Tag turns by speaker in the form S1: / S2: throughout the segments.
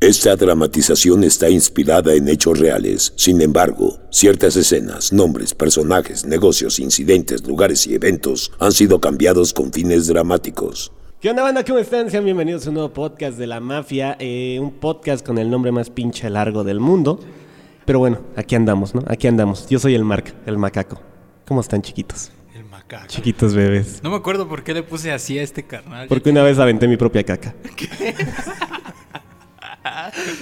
S1: Esta dramatización está inspirada en hechos reales. Sin embargo, ciertas escenas, nombres, personajes, negocios, incidentes, lugares y eventos han sido cambiados con fines dramáticos.
S2: ¿Qué onda, banda? ¿Cómo están? Sean bienvenidos a un nuevo podcast de La Mafia, eh, un podcast con el nombre más pinche largo del mundo. Pero bueno, aquí andamos, ¿no? Aquí andamos. Yo soy el Marc, el macaco. ¿Cómo están, chiquitos?
S3: El macaco.
S2: Chiquitos bebés.
S3: No me acuerdo por qué le puse así a este carnal.
S2: Porque una vez aventé mi propia caca.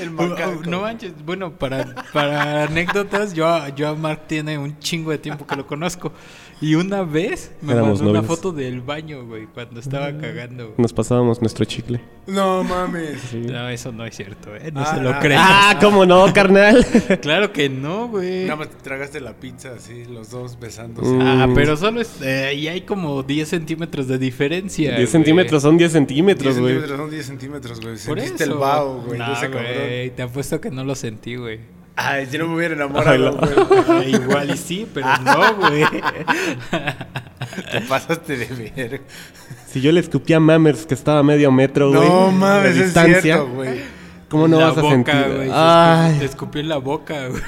S3: El macaco. No manches, bueno, para, para anécdotas, yo, a- yo a Mark tiene un chingo de tiempo que lo conozco. Y una vez me
S2: Éramos
S3: mandó una
S2: novios.
S3: foto del baño, güey, cuando estaba cagando. güey.
S2: Nos pasábamos nuestro chicle.
S4: No mames.
S3: No, eso no es cierto, ¿eh? No
S4: Ah,
S3: se lo
S4: ah. pues,
S3: creen.
S2: ¡Ah, cómo no, carnal!
S3: Claro que no, güey.
S4: Nada más te tragaste la pizza así, los dos besándose.
S2: Mm.
S3: Ah, pero solo es... eh, y hay como 10 centímetros de diferencia.
S2: 10
S3: güey.
S2: centímetros son 10
S4: 10
S2: centímetros, güey.
S4: centímetros, son 10 centímetros, güey.
S3: Por
S4: Sentiste
S3: eso.
S4: el vaho, güey.
S3: No,
S4: de ese cabrón.
S3: güey, te apuesto que no lo sentí, güey.
S4: Ay, yo no me hubiera
S2: Ay, la-
S4: enamorado, güey.
S3: Igual y sí, pero no, güey.
S4: Te pasaste de ver.
S2: Si yo le escupí a Mammers que estaba a medio metro, güey.
S4: No
S2: de
S4: mames, es
S2: distancia,
S4: cierto, güey.
S2: ¿Cómo no
S3: La
S2: vas a
S3: boca,
S2: sentir?
S3: güey, se escupió- Te
S2: Ay.
S3: escupió en la boca, güey.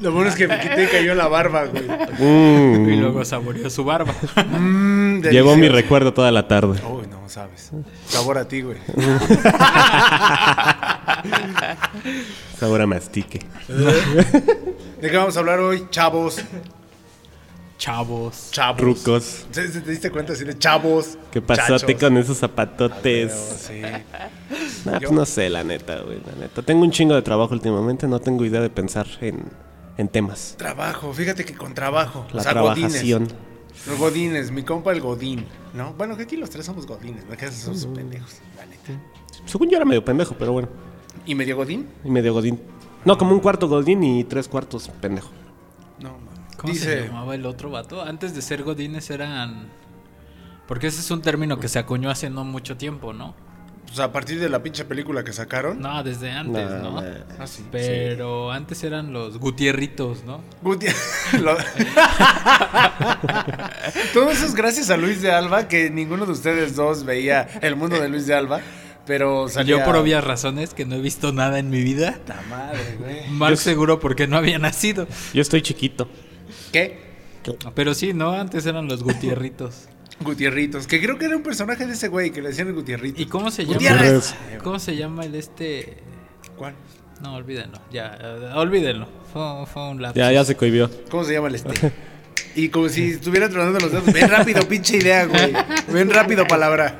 S4: Lo bueno es que me quité y cayó la barba, güey.
S2: Mm.
S3: Y luego saboreó su barba.
S4: Mm,
S2: Llevó
S4: delicioso.
S2: mi recuerdo toda la tarde.
S4: Uy, no sabes. Sabor a ti, güey.
S2: Sabor a mastique.
S4: ¿De qué vamos a hablar hoy, chavos?
S3: Chavos.
S4: Chavos.
S2: Rucos.
S4: ¿Te, te- te diste cuenta así de chavos?
S2: ¿Qué pasote
S4: chachos? Ah,
S2: con esos zapatotes?
S4: Sí.
S2: Nah, pues no sé, la neta, güey. La neta. Tengo un chingo de trabajo últimamente. No tengo idea de pensar en, en temas.
S4: Trabajo, fíjate que con trabajo.
S2: La
S4: o sea, Pues godines.
S2: trabajación.
S4: Los godines, mi compa el godín, ¿no? Bueno, que aquí los tres somos godines, ¿no? Que somos
S3: Mm,
S4: pendejos, la neta.
S2: Según yo era medio pendejo, pero bueno.
S4: ¿Y medio godín?
S2: Y medio godín. No, como un cuarto godín y tres cuartos pendejo.
S4: No, mames.
S3: ¿Cómo se
S4: Dice,
S3: llamaba el otro vato? Antes de ser godines eran... Porque ese es un término que se acuñó hace no mucho tiempo, ¿no?
S4: pues a partir de la pinche película que sacaron.
S3: No, desde antes,
S2: Nah,
S3: ¿no?
S2: nah.
S4: Ah, sí.
S3: Pero antes eran los gutierritos, ¿no?
S4: Guti- lo- Todo eso es gracias a Luis de Alba, que ninguno de ustedes dos veía el mundo de Luis de Alba, pero salió
S3: Yo por obvias razones que no he visto nada en mi vida.
S4: La madre, güey.
S3: Mark
S2: Yo-
S3: seguro porque no había nacido.
S2: Yo estoy chiquito.
S4: ¿Qué?
S3: Pero sí, ¿no? Antes eran los gutierritos.
S4: Gutierritos, que creo que era un personaje de ese güey que le decían el
S3: ¿Y
S4: Gutierritos.
S3: cómo se llama?
S4: Gutiérrez.
S3: ¿Cómo se llama el este...?
S4: ¿Cuál?
S3: No, olvídenlo. Ya, eh, olvídenlo. Fue, fue un lapso.
S2: Ya, ya se cohibió.
S4: ¿Cómo se llama el este? Y como si estuviera tronando los dedos. Ven rápido, pinche idea, güey. Ven rápido, palabra.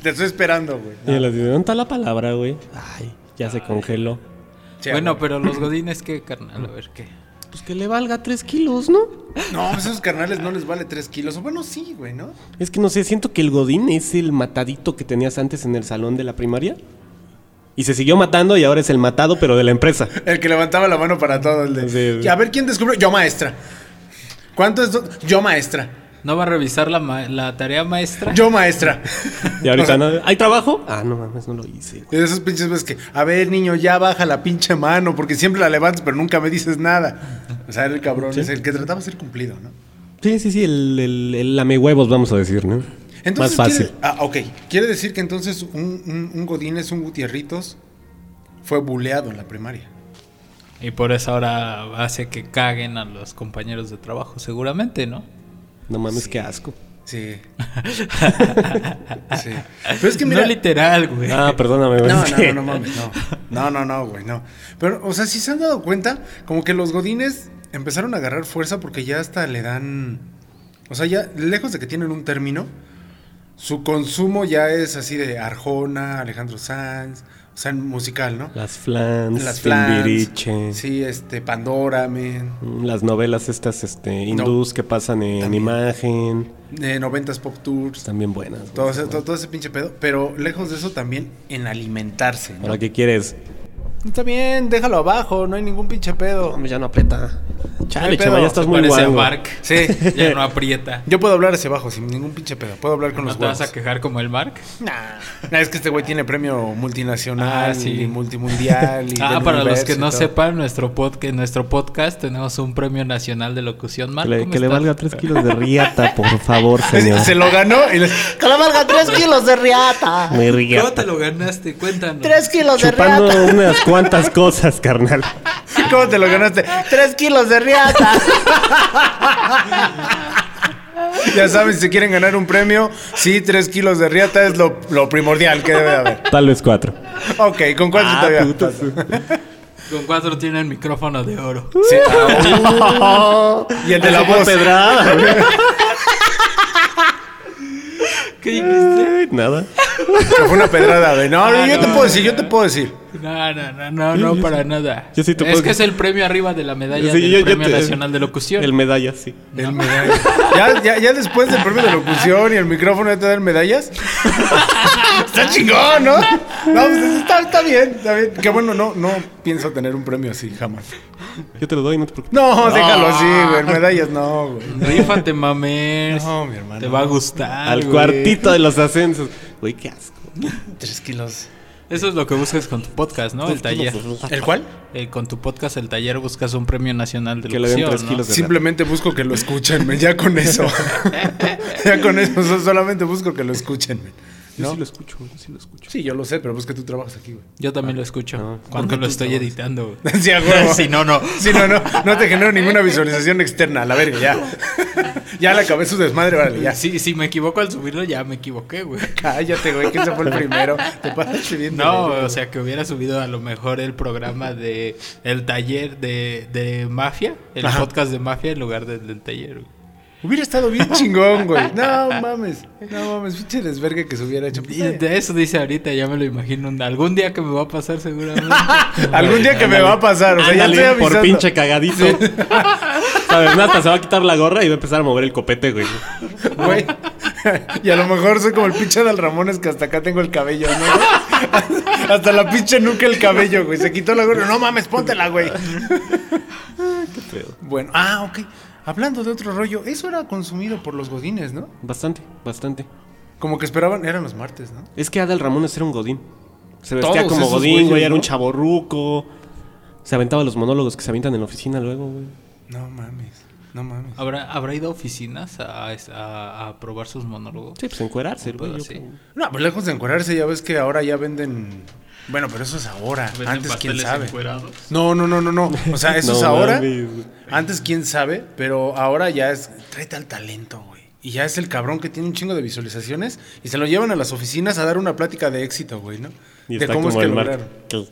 S4: Te estoy esperando, güey.
S2: Y él así, ¿dónde está la palabra, güey? Ay, ya se congeló.
S4: Sí,
S3: bueno,
S4: güey.
S3: pero los godines, ¿qué, carnal? A ver, ¿qué?
S2: Pues que le valga tres kilos, ¿no?
S4: No, pues esos carnales no les vale 3 kilos. O Bueno, sí, güey, ¿no?
S2: Es que no sé, siento que el Godín es el matadito que tenías antes en el salón de la primaria. Y se siguió matando y ahora es el matado, pero de la empresa.
S4: El que levantaba la mano para todo. El de,
S2: Sí, güey.
S4: a ver quién descubrió. Yo, maestra. ¿Cuánto es? do- Yo, maestra.
S3: ¿No va a revisar la, ma- la tarea maestra?
S4: Yo, maestra.
S2: Y ahorita no. ¿Hay trabajo? Ah, no mames, no lo hice.
S4: Y de esos pinches veces que, a ver, niño, ya baja la pinche mano, porque siempre la levantas, pero nunca me dices nada. O sea, era el cabrón, es el que trataba de ser cumplido, ¿no?
S2: Sí, sí, sí, el, el, el lamehuevos, vamos a decir, ¿no? Más
S4: Entonces,
S2: fácil.
S4: Quiere, ah, ok. Quiere decir que entonces un, un, un Godínez, un Gutierritos, fue buleado en la primaria.
S3: Y por eso ahora hace que caguen a los compañeros de trabajo, seguramente, ¿no?
S2: No mames, qué asco.
S4: Sí. sí. Pero es que mira.
S3: No literal, güey.
S2: Ah, perdóname, güey.
S4: No,
S2: es
S4: no,
S2: que-
S4: no, no mames, no. No, no, no, güey, no. Pero, o sea, si se han dado cuenta, como que los godines empezaron a agarrar fuerza porque ya hasta le dan. O sea, ya lejos de que tienen un término, su consumo ya es así de Arjona, Alejandro Sanz, o sea, musical, ¿no?
S2: Las flans, las
S4: Las Flans, sí, este, Pandora, men,
S2: Las novelas estas, este, hindús que pasan en
S4: También.
S2: imagen.
S4: de 90s Pop Tours,
S2: Están bien buenas. güey.
S4: todo ese, todo, todo ese pinche pedo, pero lejos de eso también en alimentarse, ¿no?
S2: ¿Ahora qué quieres?
S4: Está bien, déjalo abajo, no hay ningún pinche pedo.
S2: ya no aprieta. Chale,
S4: pedo,
S2: chaval, ya estás
S3: Se
S2: muy
S3: parece a
S2: guango.
S3: Mark.
S4: Sí.
S3: Ya no aprieta.
S4: Yo puedo hablar hacia abajo sin ningún pinche pedo. Puedo hablar con
S3: ¿No
S4: los
S3: te vas
S4: huevos.
S3: a quejar como el Mark?
S4: Nah, es que este güey tiene premio multinacional
S3: Ah, sí.
S4: y multimundial. y
S3: Ah,
S4: del
S3: para los
S4: universo
S3: que
S4: y
S3: no
S4: todo.
S3: sepan, nuestro podcast, nuestro podcast tenemos un premio nacional de locución, Mark.
S2: Que le,
S3: Ah, ¿cómo
S2: que le
S3: estás?
S2: valga tres kilos de riata, por favor, señor.
S4: Es- Se lo ganó y le-
S5: Que le valga 3 kilos de riata.
S2: Me
S3: ¿Cómo
S2: riata.
S3: te lo ganaste? Cuéntanos.
S5: 3 kilos de
S2: Chupando
S5: riata.
S2: unas cuantas cosas, carnal.
S4: ¿Cómo te lo ganaste?
S5: 3 kilos de riata.
S4: Ya saben, si quieren ganar un premio, sí, tres kilos de riata es lo, lo primordial que debe haber.
S2: Tal vez cuatro.
S4: Ok, ¿con cuánto
S2: Ah,
S4: todavía?
S2: puto.
S3: Con cuatro tiene el micrófono de oro.
S4: Sí, ah, y el de la
S2: Esa fue
S4: voz.
S2: pedrada, güey.
S3: ¿Qué dijiste?
S2: Ay, Nada.
S4: Fue una pedrada de. No,
S3: Ah,
S4: yo
S3: no,
S4: te
S3: no,
S4: puedo decir, yo te puedo decir.
S3: No, no, no, no, no, para nada.
S2: yo sí te
S3: es
S2: puedo-
S3: que es el premio arriba de la medalla
S2: Sí,
S3: del
S2: yo- yo
S3: Premio
S2: te-
S3: Nacional de Locución.
S2: El medalla, sí.
S4: El medalla. Ya, ya, ya después del premio de locución y el micrófono ya te dan medallas. está chingón, ¿no? No, pues está, está bien, está bien. Que bueno, no, no pienso tener un premio así jamás.
S2: Yo te lo doy, no te preocupes.
S4: No, déjalo así, güey. Medallas no, güey.
S3: Rífate, mames.
S4: No, mi hermano.
S3: te va a gustar.
S2: Al
S3: Ah, güey.
S2: cuartito de los ascensos. Güey, qué asco.
S4: Tres kilos.
S3: Eso es lo que buscas con tu podcast, ¿no? El taller.
S4: ¿El cuál?
S3: Eh, con tu podcast, el taller, buscas un premio nacional de
S2: Que le den
S3: locución.
S2: tres
S3: ¿no?
S2: kilos de riata.
S4: Simplemente busco que lo escuchen, men, ya con eso. ya con eso, so- solamente busco que lo escuchen. men.
S2: Yo
S4: ¿No?
S2: sí lo escucho, yo sí lo escucho.
S4: Sí, yo lo sé, pero pues que tú trabajas aquí, güey.
S3: Yo también lo escucho.
S2: Ah.
S3: cuando lo estoy editando. güey.
S4: Sí, a huevo.
S3: Sí, no, no.
S4: Sí, no, no, no te genero ninguna visualización externa, a la verga, ya. ya le acabé su desmadre, vale, ya.
S3: Si, si me equivoco al subirlo, ya me equivoqué, güey.
S4: Cállate, güey, que ese fue el primero. Te pasaste bien. de
S3: No,
S4: verga.
S3: o sea, que hubiera subido a lo mejor el programa de. El taller de, de Mafia. El
S4: Ajá.
S3: podcast de Mafia en lugar del, del taller, güey.
S4: Hubiera estado bien chingón, güey. No mames, no mames, pinche desvergue que se hubiera hecho.
S3: Y de eso dice ahorita, ya me lo imagino. Algún día que me va a pasar, seguramente.
S4: Algún día que me va a pasar, o sea, Ah, ya
S2: Ándale,
S4: estoy avisando.
S2: por pinche cagadizo. Sabes, Nata se va a quitar la gorra y va a empezar a mover el copete, güey.
S4: Güey. Y a lo mejor soy como el pinche Dal Ramones que hasta acá tengo el cabello, ¿no? Hasta la pinche nuca el cabello, güey. Se quitó la gorra. No mames, póntela, güey.
S2: Feo.
S4: Bueno, ah, ok. Hablando de otro rollo, eso era consumido por los godines, ¿no?
S2: Bastante, bastante.
S4: Como que esperaban, eran los martes, ¿no?
S2: Es que Adal Ramones era un godín. Se vestía
S4: Todos
S2: como
S4: esos
S2: godín,
S4: güeyes,
S2: güey, era
S4: ¿no?
S2: un chaborruco. Se aventaba los monólogos que se avientan en la oficina luego, güey.
S4: No mames, no mames.
S3: ¿Habrá, ¿Habrá ido a oficinas a, a- a probar sus monólogos?
S2: Sí, pues encuerarse,
S3: Puedo
S2: güey. yo
S3: así.
S2: creo.
S4: No, pues lejos de encuerarse, ya ves que ahora ya venden. Bueno, pero eso es ahora.
S3: ¿Venden
S4: Antes, quién
S3: pasteles
S4: sabe.
S3: encuerados?
S4: No, no, no, no, no. O sea, eso
S2: No
S4: es ahora.
S2: mames, güey.
S4: Antes, quién sabe, pero ahora ya es. Tráete al talento, güey. Y ya es el cabrón que tiene un chingo de visualizaciones y se lo llevan a las oficinas a dar una plática de éxito, güey, ¿no?
S2: Y
S4: de
S2: está como el Mark.
S4: lograron.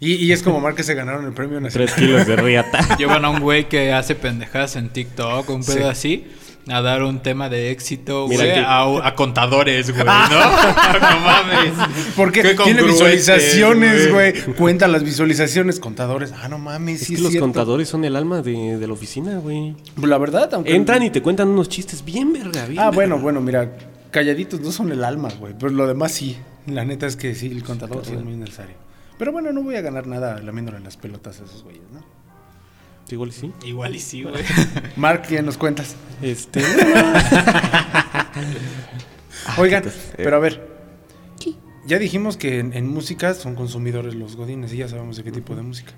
S4: Y, y es como Mark que se ganaron el premio nacional.
S2: Tres kilos de riata.
S3: Llevan a un güey que hace pendejadas en TikTok, un pedo así, a dar un tema de éxito,
S2: Mira
S3: güey,
S2: que-
S3: a, a contadores, güey, ¿no? no mames.
S4: Porque
S3: Qué
S4: tiene
S3: congruentes,
S4: visualizaciones, güey. Cuenta las visualizaciones, contadores. Ah, no mames,
S2: Es
S4: sí
S2: que
S4: es
S2: los
S4: cierto.
S2: contadores son el alma de, de la oficina, güey.
S4: La verdad, aunque.
S2: Entran y te cuentan unos chistes bien verga, bien
S4: Ah,
S2: verga.
S4: bueno, bueno, mira, calladitos no son el alma, güey. Pero lo demás sí. La neta es que sí, el contador sí es muy necesario. Pero bueno, no voy a ganar nada lamiéndole las pelotas a esos güeyes, ¿no?
S2: Igual y sí.
S3: Igual y sí, güey.
S4: Mark, ¿qué nos cuentas?
S2: Este.
S3: Ah,
S4: Oigan,
S2: pues, eh.
S4: pero a ver. Ya dijimos que en, en música son consumidores los godines y ya sabemos de qué tipo de música.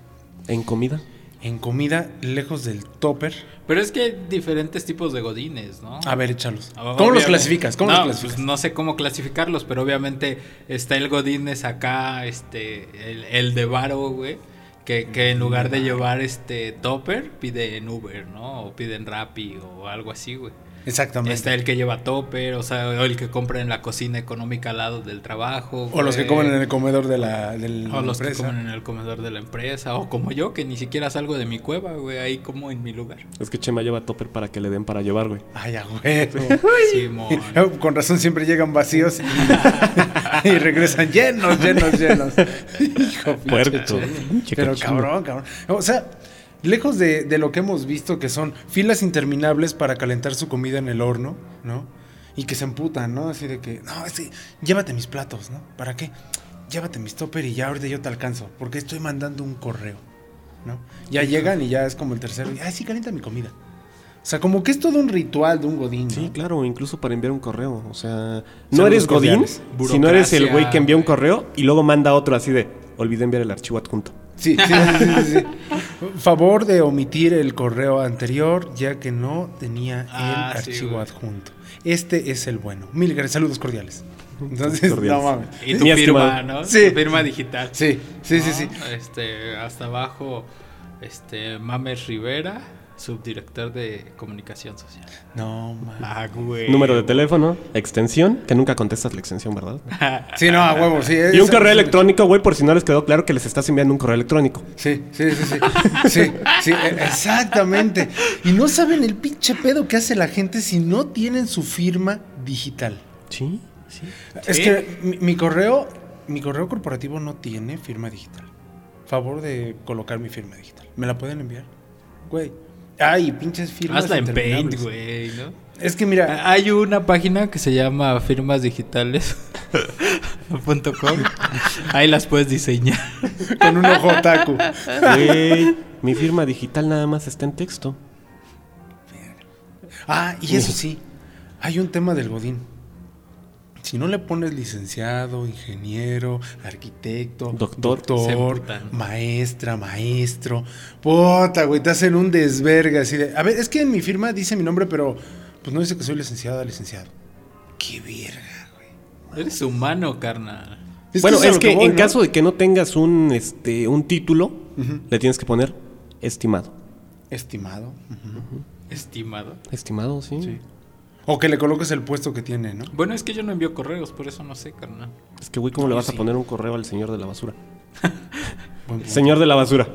S2: en comida.
S4: En comida, lejos del topper.
S3: Pero es que hay diferentes tipos de godines, ¿no?
S4: A ver, échalos.
S3: Ah,
S4: ¿Cómo los
S3: obviamente.
S4: clasificas? ¿Cómo
S3: no,
S4: los clasificas?
S3: pues, no sé cómo clasificarlos, pero obviamente está el Godínez acá, este, el, el de Varo, güey. Que, que en lugar de llevar este topper, pide en Uber, ¿no? O piden Rappi o algo así, güey.
S4: Exactamente.
S3: Está el que lleva topper, o sea, o el que compra en la cocina económica al lado del trabajo.
S4: o los que
S3: güey.
S4: comen en el comedor de la, del
S3: eh, O los que comen en el comedor de la empresa. O como yo, que ni siquiera salgo de mi cueva, güey. Ahí como en mi lugar.
S2: Es que Chema lleva topper para que le den para llevar, güey.
S4: Ay, a huevo.
S3: Simón.
S4: Con razón siempre llegan vacíos y, y regresan llenos, llenos, llenos. Hijo,
S2: Puerto. Pinche
S4: pero
S2: cochino.
S4: cabrón, cabrón. O sea, lejos de, de lo que hemos visto, que son filas interminables para calentar su comida en el horno, ¿no? Y que se emputan, ¿no? Así de que, no, es que llévate mis platos, ¿no? ¿Para qué? Llévate mis topper y ya ahorita yo te alcanzo, porque estoy mandando un correo. ¿no? Ya llegan y ya es como el tercero. y, Ay, sí, calienta mi comida. O sea, como que es todo un ritual de un godín. ¿no?
S2: Sí, claro, incluso para enviar un correo. O sea, no
S4: Son
S2: eres
S4: los
S2: Godín
S4: cordiales.
S2: si no eres el güey que envía un
S3: Burocracia, güey.
S2: correo y luego manda otro así de, olvidé enviar el archivo adjunto.
S4: Sí, sí, sí, sí, sí. Favor de omitir el correo anterior, ya que no tenía
S3: Ah,
S4: el
S3: sí,
S4: archivo
S3: güey.
S4: adjunto. Este es el bueno. Mil gracias, saludos cordiales. Entonces,
S2: Cordiales.
S4: no mames.
S3: Y tu
S2: Mi
S3: firma,
S2: estimado.
S3: ¿no?
S4: Sí.
S3: Tu firma digital.
S4: Sí, sí, sí,
S3: ¿no?
S4: sí.
S3: Este, hasta abajo, este, Mames Rivera, subdirector de comunicación social.
S4: No mames.
S3: Ah, güey.
S2: Número de teléfono, extensión, que nunca contestas la extensión, ¿verdad?
S4: Sí, no, a huevo, sí.
S2: Y un
S4: es-
S2: correo electrónico, güey, por si no les quedó claro que les estás enviando un correo electrónico.
S4: Sí, sí, sí, sí. Sí, sí, e- exactamente. Y no saben el pinche pedo que hace la gente si no tienen su firma digital.
S2: Sí, sí.
S4: Es
S3: Sí.
S4: que mi, mi correo, mi correo corporativo no tiene firma digital. Favor de colocar mi firma digital. ¿Me la pueden enviar? Güey. Ay, pinches firmas.
S3: Hazla en Paint,
S4: interminables.
S3: güey, ¿no?
S4: Es que mira,
S3: Ah, Hay una página que se llama firmasdigitales.com. Ahí las puedes diseñar.
S4: con un ojo otaku.
S2: Güey, mi firma digital nada más está en texto.
S4: Ah, y eso sí, hay un tema del Godín. Si no le pones licenciado, ingeniero, arquitecto,
S2: Doctor,
S3: se
S4: doctor
S3: emputan.
S4: maestra, maestro, puta, güey, te hacen un desverga así de. A ver, es que en mi firma dice mi nombre, pero pues no dice que soy licenciada, licenciado. Qué verga, güey.
S3: Eres humano, carnal.
S2: bueno,
S4: a
S2: es
S4: lo
S2: que,
S4: voy,
S2: en
S4: ¿no?
S2: caso de que no tengas un, este, un título, le tienes que poner estimado.
S4: Estimado. ujú.
S3: Estimado.
S2: Estimado, sí.
S4: O que le coloques el puesto que tiene, ¿no?
S3: Bueno, es que yo no envío correos, por eso no sé, carnal.
S2: Es que, güey, ¿cómo le vas a poner un correo al señor de la basura?
S4: Buen punto.
S2: Señor de la basura.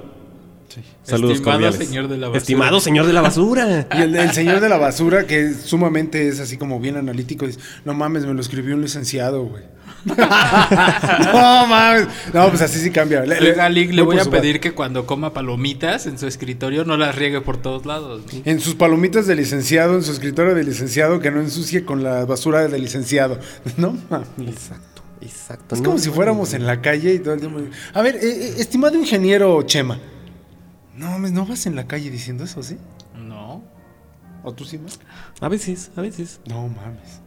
S2: Saludos
S3: Estimado
S2: cordiales.
S3: señor de la basura.
S2: Estimado señor de la basura.
S4: Y el, el señor de la basura, que es sumamente es así como bien analítico, dice, no mames, me lo escribió un licenciado, güey. no mames. No, pues así sí cambia. Le,
S3: Oiga, Lick, le
S4: no
S3: voy
S4: pues, por
S3: a
S4: su bar.
S3: pedir que cuando coma palomitas en su escritorio no las riegue por todos lados. ¿no?
S4: En sus palomitas de licenciado, en su escritorio de licenciado, que no ensucie con la basura de licenciado. No mames.
S2: Exacto, exacto.
S4: Es
S2: no,
S4: como si
S2: no,
S4: fuéramos
S2: no.
S4: en la calle y todo el tiempo. A ver, eh, eh, estimado ingeniero Chema. No mames, no vas en la calle diciendo eso, ¿sí?
S3: No.
S4: ¿O tú sí más?
S2: A veces, a veces.
S4: No mames.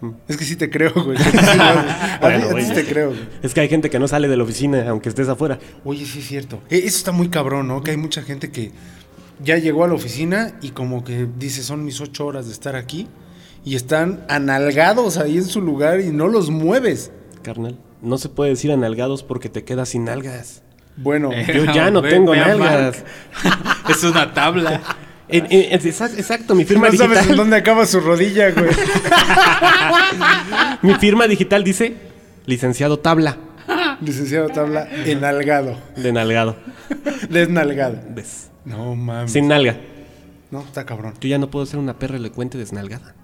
S2: Mm.
S4: Es que sí te creo, güey. Sí, sí, güey. A
S2: Bueno,
S4: mí- a ti
S2: güey.
S4: sí te creo, güey.
S2: Es que hay gente que no sale de la oficina, aunque estés afuera.
S4: Oye, sí es cierto. E- Eso está muy cabrón, ¿no? Que hay mucha gente que ya llegó a la oficina y como que dice, son mis ocho horas de estar aquí. Y están analgados ahí en su lugar y no los mueves.
S2: Carnal, no se puede decir analgados porque te quedas sin algas.
S4: Bueno,
S2: yo ya no
S3: Ve-
S2: tengo
S3: ve a
S2: nalgas.
S3: Mark. es una tabla.
S2: En- en- en- exact- exacto, mi firma
S4: no
S2: digital.
S4: sabes en dónde acaba su rodilla, güey.
S2: Mi firma digital dice licenciado tabla
S4: Licenciado Tabla, enalgado.
S2: de nalgado.
S4: Desnalgado.
S2: ¿Ves?
S4: No mames.
S2: Sin nalga.
S4: No, está cabrón.
S2: Yo ya no puedo ser una perra elocuente desnalgada.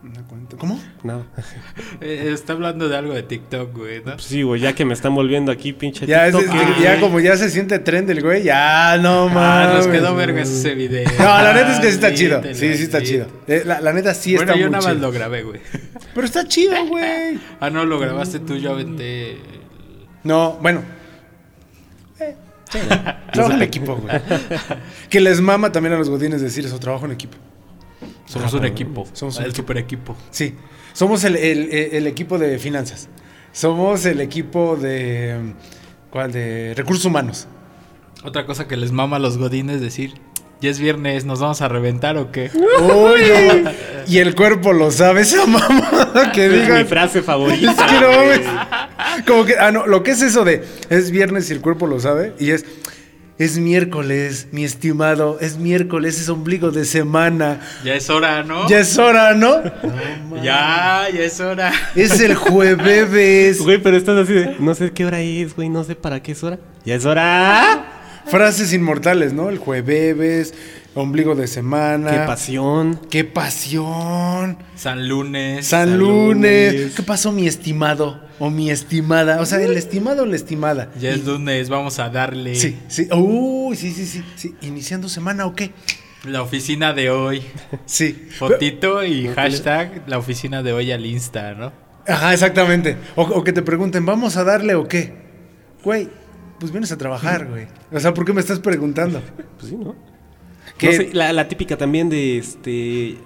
S4: No cuento. ¿Cómo?
S2: Nada.
S3: Eh, Está hablando de algo de TikTok, güey. ¿no?
S2: Pues sí, güey, ya que me están volviendo aquí, pinche
S4: Ya, es-
S2: TikTok, ¿eh?
S4: es-
S2: güey.
S4: ya como ya se siente tren del güey, ya no
S3: Ah, nos
S4: mames.
S3: quedó vergas ese video.
S4: No, la neta es que sí está chido.
S3: Admítelo,
S4: Sí, sí está chido.
S3: admítelo.
S4: Eh, la, la neta sí
S3: bueno,
S4: está
S3: yo
S4: muy
S3: nada más
S4: chido.
S3: lo grabé, güey.
S4: Pero está chido, güey.
S3: Ah, no, lo grabaste tú, yo aventé. el-
S4: No, bueno. Eh, sí. Trabajo en equipo, güey. Que les mama también a los godines decir eso, trabajo en equipo.
S3: Somos un equipo.
S4: Somos
S3: Somos
S4: un
S3: el
S4: equipo.
S3: super equipo.
S4: Sí. Somos el, el- el- el equipo de finanzas. Somos el equipo de. mm, ¿Cuál? De recursos humanos.
S3: Otra cosa que les mama a los godines decir: Ya es viernes, ¿nos vamos a reventar o qué?
S4: Uy, no. Y el cuerpo lo sabe, esa mamada que
S2: Es mi
S4: digan.
S2: frase
S4: Es
S2: favorita.
S4: que no mames. Como que, ah, no, lo que es eso de es viernes y el cuerpo lo sabe, y es. Es miércoles, mi estimado, es miércoles, es ombligo de semana.
S3: Ya es hora, ¿no?
S4: Ya es hora, ¿no?
S3: Ya, ya es hora.
S4: Es el jueves.
S2: Güey, pero estás así de, no sé qué hora es, güey, no sé para qué es hora. Ya es hora.
S4: Frases inmortales, ¿no? El jueves, ombligo de semana.
S2: Qué pasión.
S4: ¡Qué pasión!
S3: San lunes.
S4: San
S2: lunes.
S4: lunes. ¿Qué pasó, mi estimado? O mi estimada. O sea, el estimado o la estimada.
S3: Ya es lunes, vamos a darle.
S4: Sí, sí. Uy, sí, sí, sí, sí. ¿Iniciando semana o qué?
S3: La oficina de hoy.
S4: Sí.
S3: Fotito y hashtag la oficina de hoy al Insta, ¿no?
S4: Ajá, exactamente. O, o que te pregunten, ¿vamos a darle o qué? Güey, pues vienes a trabajar, güey. O sea, ¿por qué me estás preguntando?
S2: Pues sí, ¿no?
S4: Que-
S2: No sé, la, la típica también de este.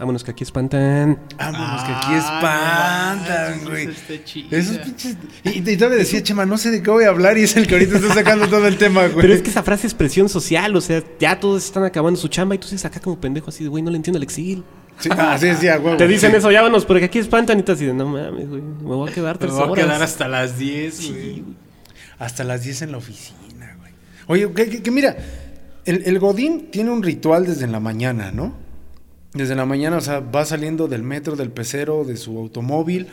S2: Vámonos que aquí espantan.
S4: Vámonos, Ah, que
S3: Ay,
S4: aquí
S3: no
S4: espantan,
S3: manches,
S4: güey.
S3: eso
S2: este
S3: está chido.
S4: Esos pinches. Y, y todavía decía, Chema, no sé de qué voy a hablar y es el que ahorita está sacando todo el tema, güey.
S2: Pero es que esa frase es presión social, o sea, ya todos están acabando su chamba y tú sigues acá como pendejo así de, güey, no le entiendo al exil.
S4: Sí, ah, sí, sí, a huevo.
S2: Te dicen
S4: Sí.
S2: eso, ya vámonos, porque aquí espantan y tú así de, no mames, güey, me voy a quedar
S3: Me
S2: tres
S3: voy a
S2: horas.
S3: quedar hasta las 10, güey.
S4: Hasta las 10 en la oficina, güey. Oye, que, que- que mira, el, el Godín tiene un ritual desde la mañana, ¿no? Desde la mañana, o sea, va saliendo del metro, del pecero, de su automóvil,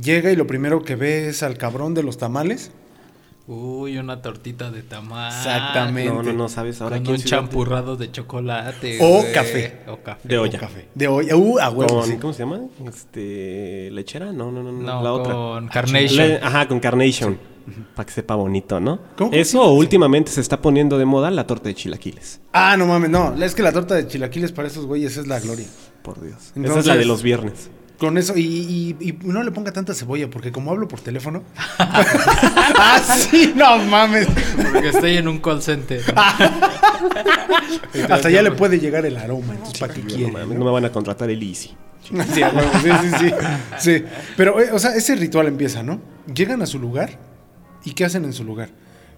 S4: llega y lo primero que ve es al cabrón de los tamales.
S3: Uy, una tortita de tamal.
S4: Exactamente.
S2: No, no, no, sabes, ahora
S3: Con
S2: aquí en
S3: un
S2: Ciudad-
S3: champurrado de chocolate.
S4: O
S3: güey.
S4: café.
S3: O café.
S2: De olla.
S4: Con café. De olla. Uh, a huevo,
S2: Con-
S4: sí.
S2: ¿Cómo se llama? Este, lechera, no, no, no, no,
S3: No,
S2: la otra. Ah,
S3: con Carnation.
S2: Le- ajá, con Carnation. Para que sepa bonito, ¿no?
S4: ¿Cómo?
S2: Eso últimamente se está poniendo de moda la torta de chilaquiles,
S4: Ah, no mames, no. Es que la torta de chilaquiles para esos güeyes es la gloria.
S2: por Dios. Esa es la
S4: Entonces-
S2: de los viernes.
S4: Con eso, y, y- y no le ponga tanta cebolla, porque como hablo por teléfono. ah, sí, no mames.
S3: Porque estoy en un call center.
S4: Ah. Hasta allá le puede llegar el aroma, entonces, ¿para qué
S2: No
S4: quiere?
S2: mames, no me van a contratar el Easy.
S4: Sí, a huevo, sí, sí, sí, sí. Pero, eh, o sea, ese ritual empieza, ¿no? Llegan a su lugar, ¿y qué hacen en su lugar?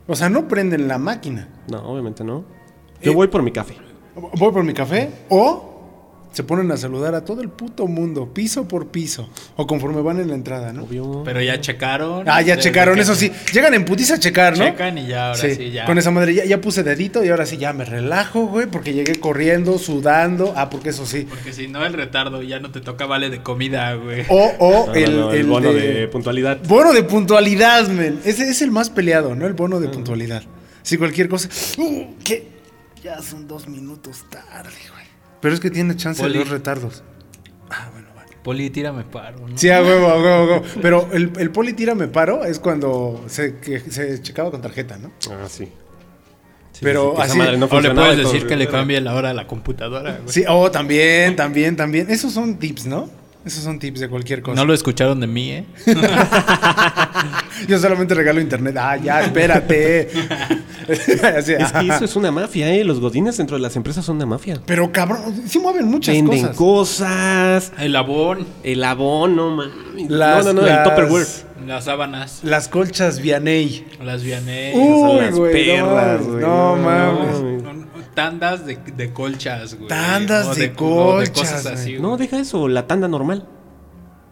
S4: O sea, no prenden la máquina.
S2: No, obviamente no. Yo
S4: Eh,
S2: voy por mi café.
S4: Voy por mi café, o se ponen a saludar a todo el puto mundo, piso por piso, o conforme van en la entrada, ¿no?
S2: Obvio.
S3: Pero ya checaron.
S4: Ah, ya
S3: Desde
S4: checaron,
S3: que
S4: eso sí. Llegan en putis a checar, ¿no?
S3: Checan y ya, ahora sí, ya.
S4: Con esa madre, ya, ya puse dedito y ahora sí ya me relajo, güey, porque llegué corriendo, sudando. Ah, porque eso sí.
S3: Porque si no, el retardo ya no te toca vale de comida, güey.
S4: O, o
S2: No, no,
S4: el,
S2: no, el
S4: el
S2: bono de...
S4: de-
S2: puntualidad.
S4: Bono de puntualidad, men. Ese es el más peleado, ¿no? El bono de puntualidad. Si cualquier cosa. Uh, ¿Qué? Ya son dos minutos tarde, güey. Pero es que tiene chance
S3: Poli.
S4: de dos retardos. Ah,
S3: Poli, tírame paro, ¿no?
S4: Sí, a huevo, a huevo, a huevo. Pero el, el poli tira me paro es cuando se, que, se checaba con tarjeta, ¿no?
S2: Ah, sí.
S4: Pero
S2: que esa
S4: así-
S2: madre no
S3: o le
S2: funcionaba
S3: puedes
S2: y todo-
S3: decir que le cambie la hora a la computadora, güey.
S4: Sí, oh, también, también, también. Esos son tips, ¿no? Esos son tips de cualquier cosa.
S3: No lo escucharon de mí, ¿eh?
S4: Yo solamente regalo internet. Ah, ya, espérate. Así,
S2: Es que
S4: ah.
S2: eso es una mafia, ¿eh? Los godines dentro de las empresas son una mafia.
S4: Pero cabrón, sí mueven muchas
S2: Venden
S4: cosas.
S2: cosas.
S3: El abón,
S2: el abono, man.
S4: Las-
S2: no, no, no,
S4: las-
S2: el Tupperware.
S3: las sábanas,
S4: Las colchas Vianey.
S3: las vianey.
S4: Uy,
S2: las
S4: güey,
S2: perras,
S4: no,
S2: güey.
S4: no mames.
S3: Un- un- Tandas de, de colchas, güey.
S4: Tandas
S3: O
S4: de
S3: o de
S4: colchas,
S3: cosas así,
S2: No,
S3: güey.
S2: deja eso, la tanda normal.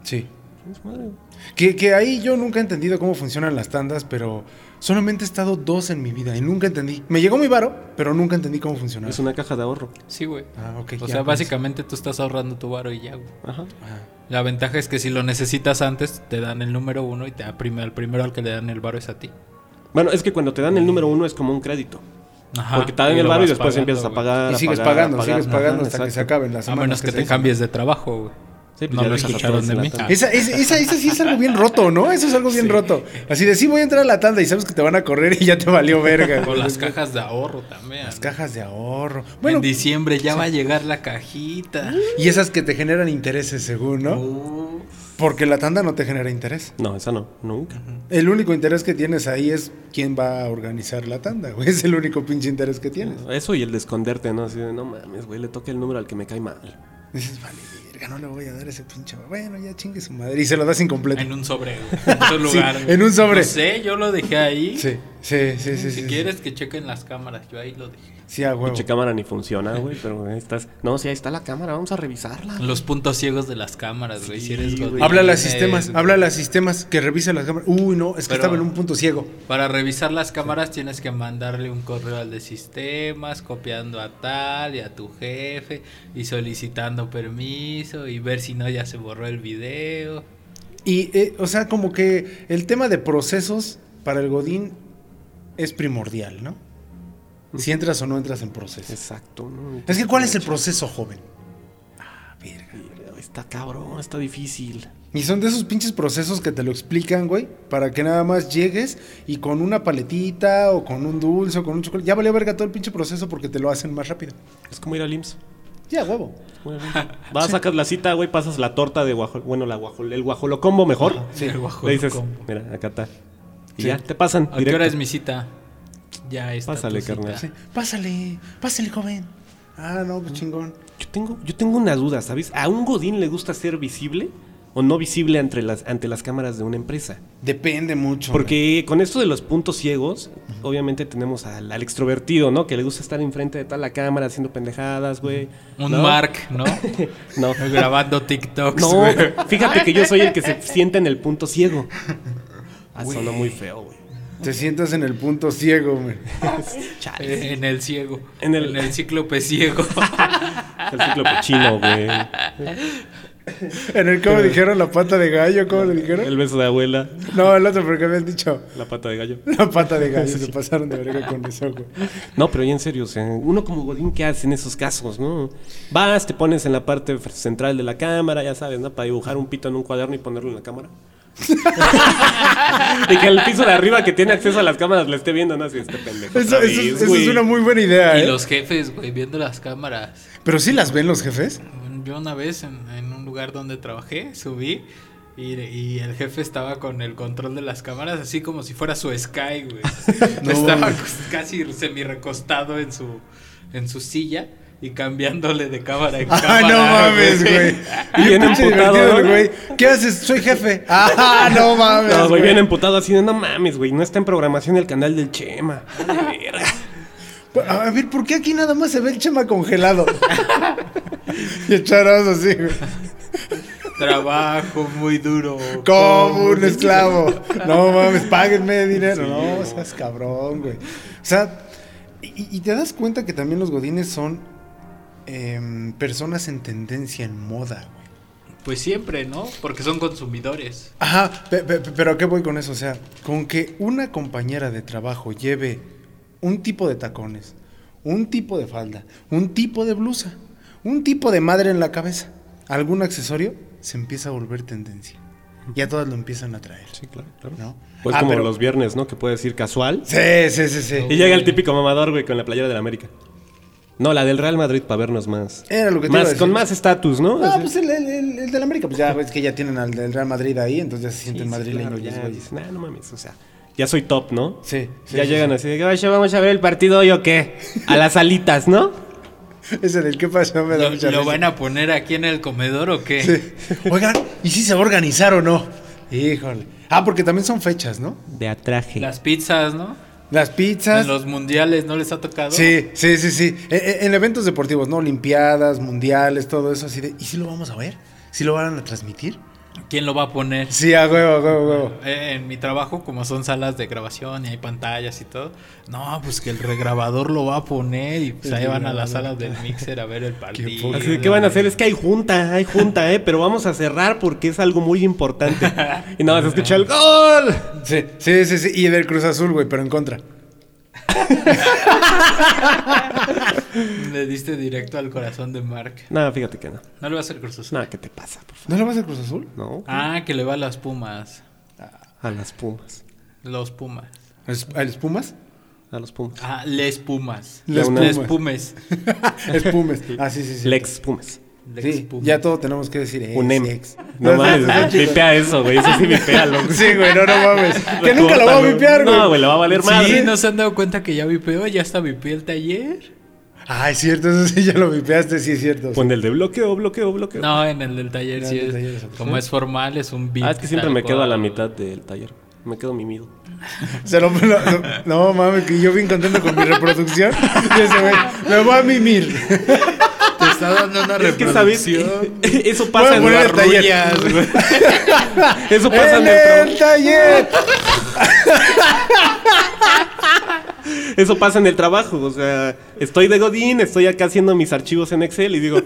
S4: Sí.
S2: Es madre.
S4: Que, que ahí yo nunca he entendido cómo funcionan las tandas, pero solamente he estado dos en mi vida y nunca entendí. Me llegó muy varo, pero nunca entendí cómo funcionaba.
S2: Es una caja de ahorro.
S3: Sí, güey.
S4: Ah, ok,
S3: o
S4: ya,
S3: sea,
S4: pues.
S3: básicamente tú estás ahorrando tu varo y ya, güey.
S2: Ajá.
S3: La ventaja es que si lo necesitas antes, te dan el número uno y te da prime- el primero al que le dan el varo es a ti.
S2: Bueno, es que cuando te dan el número uno es como un crédito.
S3: Ajá.
S2: porque te dan
S3: Y
S2: el
S3: lo
S2: barrio y
S3: vas
S2: después
S3: pagando,
S2: empiezas a
S3: güey.
S2: pagar.
S4: Y
S2: a
S4: sigues
S2: pagar, a
S4: pagando,
S2: pagar.
S4: sigues pagando
S2: Ajá,
S4: hasta que se
S2: exacto.
S4: acaben las
S3: A
S4: semanas.
S3: menos Ah, que
S4: se
S3: te
S4: hizo.
S3: cambies de trabajo, güey.
S2: Sí, pues
S3: no
S2: ya
S3: lo
S2: dejas a
S3: escucharon
S2: todos
S3: de
S2: en la
S3: mí.
S2: tanda.
S4: Esa, esa, esa, esa sí es algo bien roto, ¿no? Eso es algo bien roto. Así de, sí, voy a entrar a la tanda y sabes que te van a correr y ya te valió verga.
S3: Con
S4: güey.
S3: las cajas de ahorro también.
S4: Las cajas de ahorro.
S3: en
S4: Bueno,
S3: diciembre ya va a llegar la cajita.
S4: y esas que te generan intereses, según, ¿no?
S3: Uh,
S4: Porque la tanda no te genera interés.
S2: No, esa no, nunca.
S4: El único interés que tienes ahí es quién va a organizar la tanda, güey. Es el único pinche interés que tienes.
S2: Eso y el de esconderte, ¿no? Así de, no mames, güey, le toca el número al que me cae mal.
S4: Dices, vale, verga, no le voy a dar ese pinche. Bueno, ya chingue su madre. Y se lo das incompleto.
S3: en un sobre, güey, en otro lugar.
S4: Sí,
S3: güey.
S4: en un sobre.
S3: No sé, yo lo dejé ahí.
S4: Sí, sí, sí, sí. sí,
S3: si
S4: sí.
S3: quieres que chequen las cámaras, yo ahí lo dejé.
S4: Sí, a huevo.
S2: Pinche cámara ni funciona, güey, pero ahí estás. No, sí, ahí está la cámara, vamos a revisarla.
S3: Los puntos ciegos de las cámaras, güey. si eres
S2: güey.
S3: godín,
S4: Háblale a
S3: eres-
S4: sistemas, háblale a sistemas que revise las cámaras. Uy, no, es que
S3: Eh, Pero-
S4: estaba en un punto ciego.
S3: Para revisar las cámaras tienes que mandarle un correo al de sistemas, copiando a tal y a tu jefe y solicitando permiso y ver si no ya se borró el video.
S4: Y, eh, o sea, como que el tema de procesos para el Godín es primordial, ¿no? Si entras o no entras en procesos.
S2: Exacto, ¿no?
S4: Es que, ¿cuál es el proceso, joven? Ah, verga.
S2: Está cabrón, está difícil.
S4: Y son de esos pinches procesos que te lo explican, güey, para que nada más llegues y con una paletita o con un dulce o con un chocolate. Ya valió verga todo el pinche proceso porque te lo hacen más rápido.
S2: Es como ir al IMSS.
S4: Ya, huevo.
S2: Muy bien. Vas, sacas la cita, güey, pasas la torta de guajol, bueno, la guajol, el guajolocombo mejor.
S3: Sí, el
S2: Le dices,
S3: guajolocombo.
S2: mira, acá está. Y ya, te pasan.
S3: ¿A qué
S2: directo.
S3: hora es mi cita? Ya está.
S2: Pásale,
S3: tu cita.
S2: carnal.
S4: Sí, Pásale, pásale, joven. Ah, no, pues chingón.
S2: Yo tengo, yo tengo una duda, ¿sabes? ¿A un Godín le gusta ser visible o no visible ante las, ante las cámaras de una empresa?
S4: Depende mucho. güey.
S2: Porque con esto de los puntos ciegos, obviamente tenemos al, al extrovertido, ¿no? Que le gusta estar enfrente de tal la cámara haciendo pendejadas, güey.
S3: Un
S2: ¿no?
S3: Mark, ¿no?
S2: No.
S3: Grabando TikToks.
S2: No,
S3: güey.
S2: fíjate que yo soy el que se sienta en el punto ciego. Ah, sonó muy feo, güey.
S4: te sientas en el punto ciego, güey.
S2: Chale.
S3: Eh, En el ciego.
S2: En
S3: En
S2: el-
S3: el, cíclope ciego.
S2: El cíclope chino, güey.
S4: En el cómo dijeron la pata de gallo, ¿cómo le dijeron?
S2: El beso de abuela,
S4: No, el otro, porque habían dicho
S2: la pata de gallo.
S4: la pata de gallo. Se pasaron de verga con eso, güey.
S2: No, pero ya en serio, o sea, uno como Godín, ¿qué hace en esos casos, no? Vas, te pones en la parte f- central de la cámara, ya sabes, ¿no? Para dibujar un pito en un cuaderno y ponerlo en la cámara. y que el piso de arriba que tiene acceso a las cámaras le esté viendo, ¿no? Así, este pendejo.
S4: Eso,
S2: otra
S4: eso-
S2: vez,
S4: eso
S2: güey.
S4: es una muy buena idea,
S3: y
S4: ¿eh?
S3: los jefes, güey, viendo las cámaras.
S4: Pero sí las ven los jefes.
S3: Yo una vez en, en un lugar donde trabajé, subí y, y el jefe estaba con el control de las cámaras así como si fuera su Sky, güey.
S4: No,
S3: estaba
S4: güey.
S3: cos- casi semi recostado en su, en su silla y cambiándole de cámara en
S4: Ah,
S3: cámara.
S4: no mames, güey.
S2: Y bien
S4: pinche
S2: emputado,
S4: divertido el
S2: ¿no?
S4: güey. ¿Qué haces? Soy jefe. Ah, no mames.
S2: No, güey,
S4: güey.
S2: bien emputado así de, no mames, güey, no está en programación el canal del Chema. A la verga.
S4: A ver, ¿por qué aquí nada más se ve el chema congelado? y echaros así, güey.
S3: Trabajo muy duro.
S4: Como un esclavo. No mames, páguenme dinero. No, seas cabrón, güey. O sea, y, y te das cuenta que también los godines son em, personas en tendencia en moda, güey.
S3: Pues siempre, ¿no? Porque son consumidores.
S4: Ajá, pe- pe- pe- pero ¿a qué voy con eso? O sea, con que una compañera de trabajo lleve un tipo de tacones, un tipo de falda, un tipo de blusa, un tipo de madre en la cabeza, algún accesorio, se empieza a volver tendencia. Ya todas lo empiezan a traer.
S2: Sí, claro, claro.
S4: ¿no?
S2: Pues
S4: Ah,
S2: como
S4: pero-
S2: los viernes, ¿no? Que puedes ir casual.
S4: Sí, sí, sí, sí.
S2: Y llega el típico mamador, güey, con la playera del América. No, la del Real Madrid para vernos más.
S4: Era lo que te
S2: más
S4: iba a decir.
S2: Con más estatus, ¿no?
S4: No,
S2: Así.
S4: pues el, el, el- el del América, pues ya ves que ya tienen al del Real Madrid ahí, entonces ya se
S2: Sí,
S4: sienten
S2: sí,
S4: madrileños.
S2: claro,
S4: los
S2: ya
S4: güeyes.
S2: dicen, "Ah, no mames, o sea, ya soy top, ¿no?
S4: Sí, sí,
S2: ya
S4: sí,
S2: llegan así de que, "Oye, vamos a ver el partido hoy o qué? A las alitas, ¿no?
S4: Ese del que pasó me da
S3: ¿Lo,
S4: mucha
S3: lo
S4: risa.
S3: van a poner aquí en el comedor o qué?
S4: Sí. Oigan, ¿y si se va a organizar o no? Híjole. Ah, porque también son fechas, ¿no?
S2: De atraje.
S3: Las pizzas, ¿no?
S4: Las pizzas.
S3: En los mundiales no les ha tocado.
S4: Sí, sí, sí, sí. E- e- En, eventos deportivos, ¿no? Olimpiadas, mundiales, todo eso así de. ¿Y si lo vamos a ver? ¿Si lo van a transmitir?
S3: ¿Quién lo va a poner?
S4: Sí, a huevo, a huevo, a huevo.
S3: Eh, en mi trabajo, como son salas de grabación y hay pantallas y todo, no, pues que el regrabador lo va a poner y pues ahí van a las salas del mixer a ver el partido.
S4: poca-
S2: Así de, ¿qué van a hacer? Es que hay junta, hay junta, ¿eh? Pero vamos a cerrar porque es algo muy importante. Y nada más escucha el gol.
S4: Sí, sí, sí, sí. Y del Cruz Azul, güey, pero en contra.
S3: Le diste directo al corazón de Mark.
S2: No, fíjate que no.
S3: No le va a hacer Cruz Azul.
S2: No, ¿qué te pasa, por favor?
S4: ¿No lo vas al Cruz Azul?
S2: No,
S3: Ah, que le va a las Pumas.
S2: a las pumas.
S3: Los Pumas.
S4: ¿A los Pumas?
S2: A los pumas.
S3: Ah, les Pumas.
S4: Les
S3: Les
S4: Pumas.
S3: Pumes.
S4: es Pumes. Ah, sí, sí, sí.
S2: Lex Pumas.
S3: Les
S4: Sí,
S3: Pumas.
S4: ya todo tenemos que decir. ex,
S2: Un M.
S4: ex.
S2: No mames, vipea eso, güey. Eso sí vipea,
S4: Sí, güey, no, no mames. que nunca lo
S2: va
S4: voy a vipear, güey.
S2: No, güey, lo va a valer
S3: Sí,
S2: más.
S3: ¿no se han dado cuenta que ya vipeo? Ya está vipeé el taller.
S4: Ah, es cierto, eso sí ya lo vipeaste, sí es cierto.
S2: Pon el de bloqueo, bloqueo, bloqueo.
S3: No, en el del taller
S4: Ya,
S3: sí
S4: el
S3: es.
S4: taller es otro.
S3: como es formal, es un beat.
S2: ah, es que siempre
S3: tal
S2: me quedo a la
S3: cual.
S2: mitad del taller. Me quedo mimido.
S4: Se lo, lo- lo- no mames, que yo bien contento con mi reproducción. Y ese güey, me voy a mimir.
S3: Te está dando una
S2: Es que sabes, eso pasa
S4: Voy a
S2: en
S4: poner
S2: las
S4: el taller.
S2: rullas, güey. Eso pasa en
S4: ¡En
S2: el trabajo.
S4: el taller!
S2: Eso pasa en el trabajo, o sea, estoy de Godín, estoy acá haciendo mis archivos en Excel y digo,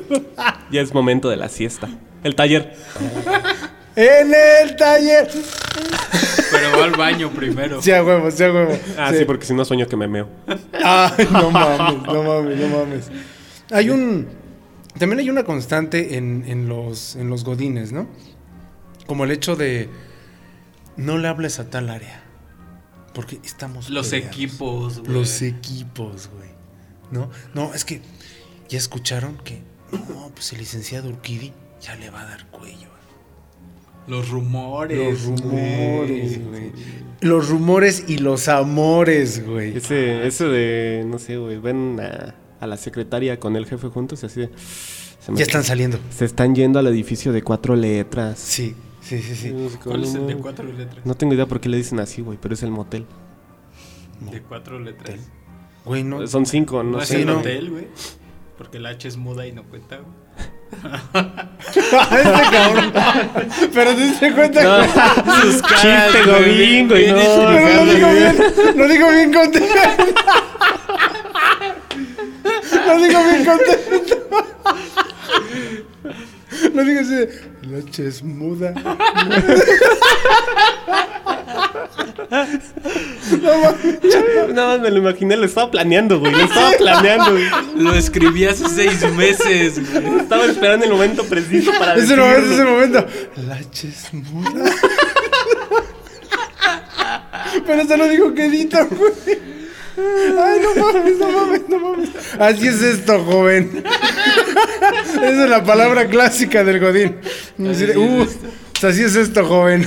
S2: ya es momento de la siesta. El taller.
S4: ¡En el taller!
S3: Pero va al baño primero.
S4: Sí, a huevo, sí, a huevo.
S2: Ah, sí, porque si no sueño que me meo.
S4: Ay, no mames, no mames, no mames. Hay un. También hay una constante en, en los, en los godines, ¿no? Como el hecho de. No le hables a tal área. Porque estamos.
S3: Los
S4: peleados.
S3: equipos, güey.
S4: Los equipos, güey. ¿No? No, es que. Ya escucharon que. No, pues el licenciado Urquidi ya le va a dar cuello.
S3: Los rumores.
S4: Los rumores,
S3: güey.
S4: güey. los rumores y los amores, güey.
S2: Ese, eso de, no sé, güey, ven a, a la secretaria con el jefe juntos y así de... se me-
S4: Ya están saliendo.
S2: Se están yendo al edificio de cuatro letras.
S4: Sí, sí, sí, sí.
S2: Dios,
S3: ¿Cuál es el de
S2: ¿cómo?
S3: cuatro letras?
S2: No tengo idea por qué le dicen así, güey, pero es el motel.
S3: De cuatro letras.
S4: Güey, no.
S2: Son cinco, no,
S3: No, es
S2: sé.
S3: el
S4: no.
S3: hotel, güey. Porque el H es muda y no cuenta, güey.
S4: Este cabrón. Pero te diste cuenta
S2: No,
S4: que-
S2: sus caras,
S3: Chiste
S2: güey,
S3: godín,
S2: bien-
S3: güey,
S2: bien
S3: no.
S2: estricado,
S4: Pero lo digo
S2: güey.
S4: bien, lo digo bien contento. Lo digo bien contento. Lo digo así de, la H es muda. No mames.
S2: Nada más me lo imaginé, lo estaba planeando, güey. Lo estaba planeando, güey.
S3: Lo escribí hace seis meses, güey.
S2: Estaba esperando el momento preciso para
S4: Es el
S2: decirlo.
S4: momento, es el momento. La H es muda. Pero eso lo digo que edita, güey. Ay, no mames, no mames, no mames. Así es esto, joven. Esa es la palabra clásica del Godín. Así, de, uh, así es esto, joven.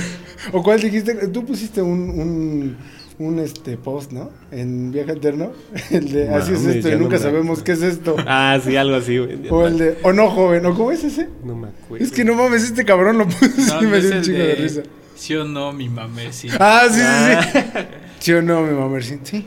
S4: ¿O cuál dijiste? Tú pusiste un, un, un, este, post, ¿no? En Viaje Eterno. El de así es
S2: Mames,
S4: esto
S2: ya
S4: y
S2: no
S4: nunca
S2: me
S4: sabemos qué es esto.
S2: Ah, sí, algo así, güey.
S4: O el de, o no, joven, o cómo es ese.
S2: No me acuerdo.
S4: Es que no mames, este cabrón lo puso
S3: No,
S4: y
S3: no
S4: me
S3: es
S4: dio un
S3: el
S4: chico de... risa.
S3: de... Sí o no, mi mamé, sí.
S4: Ah, sí, sí, sí.
S3: Ah.
S4: Sí o no, mi mamá, sí. Sí,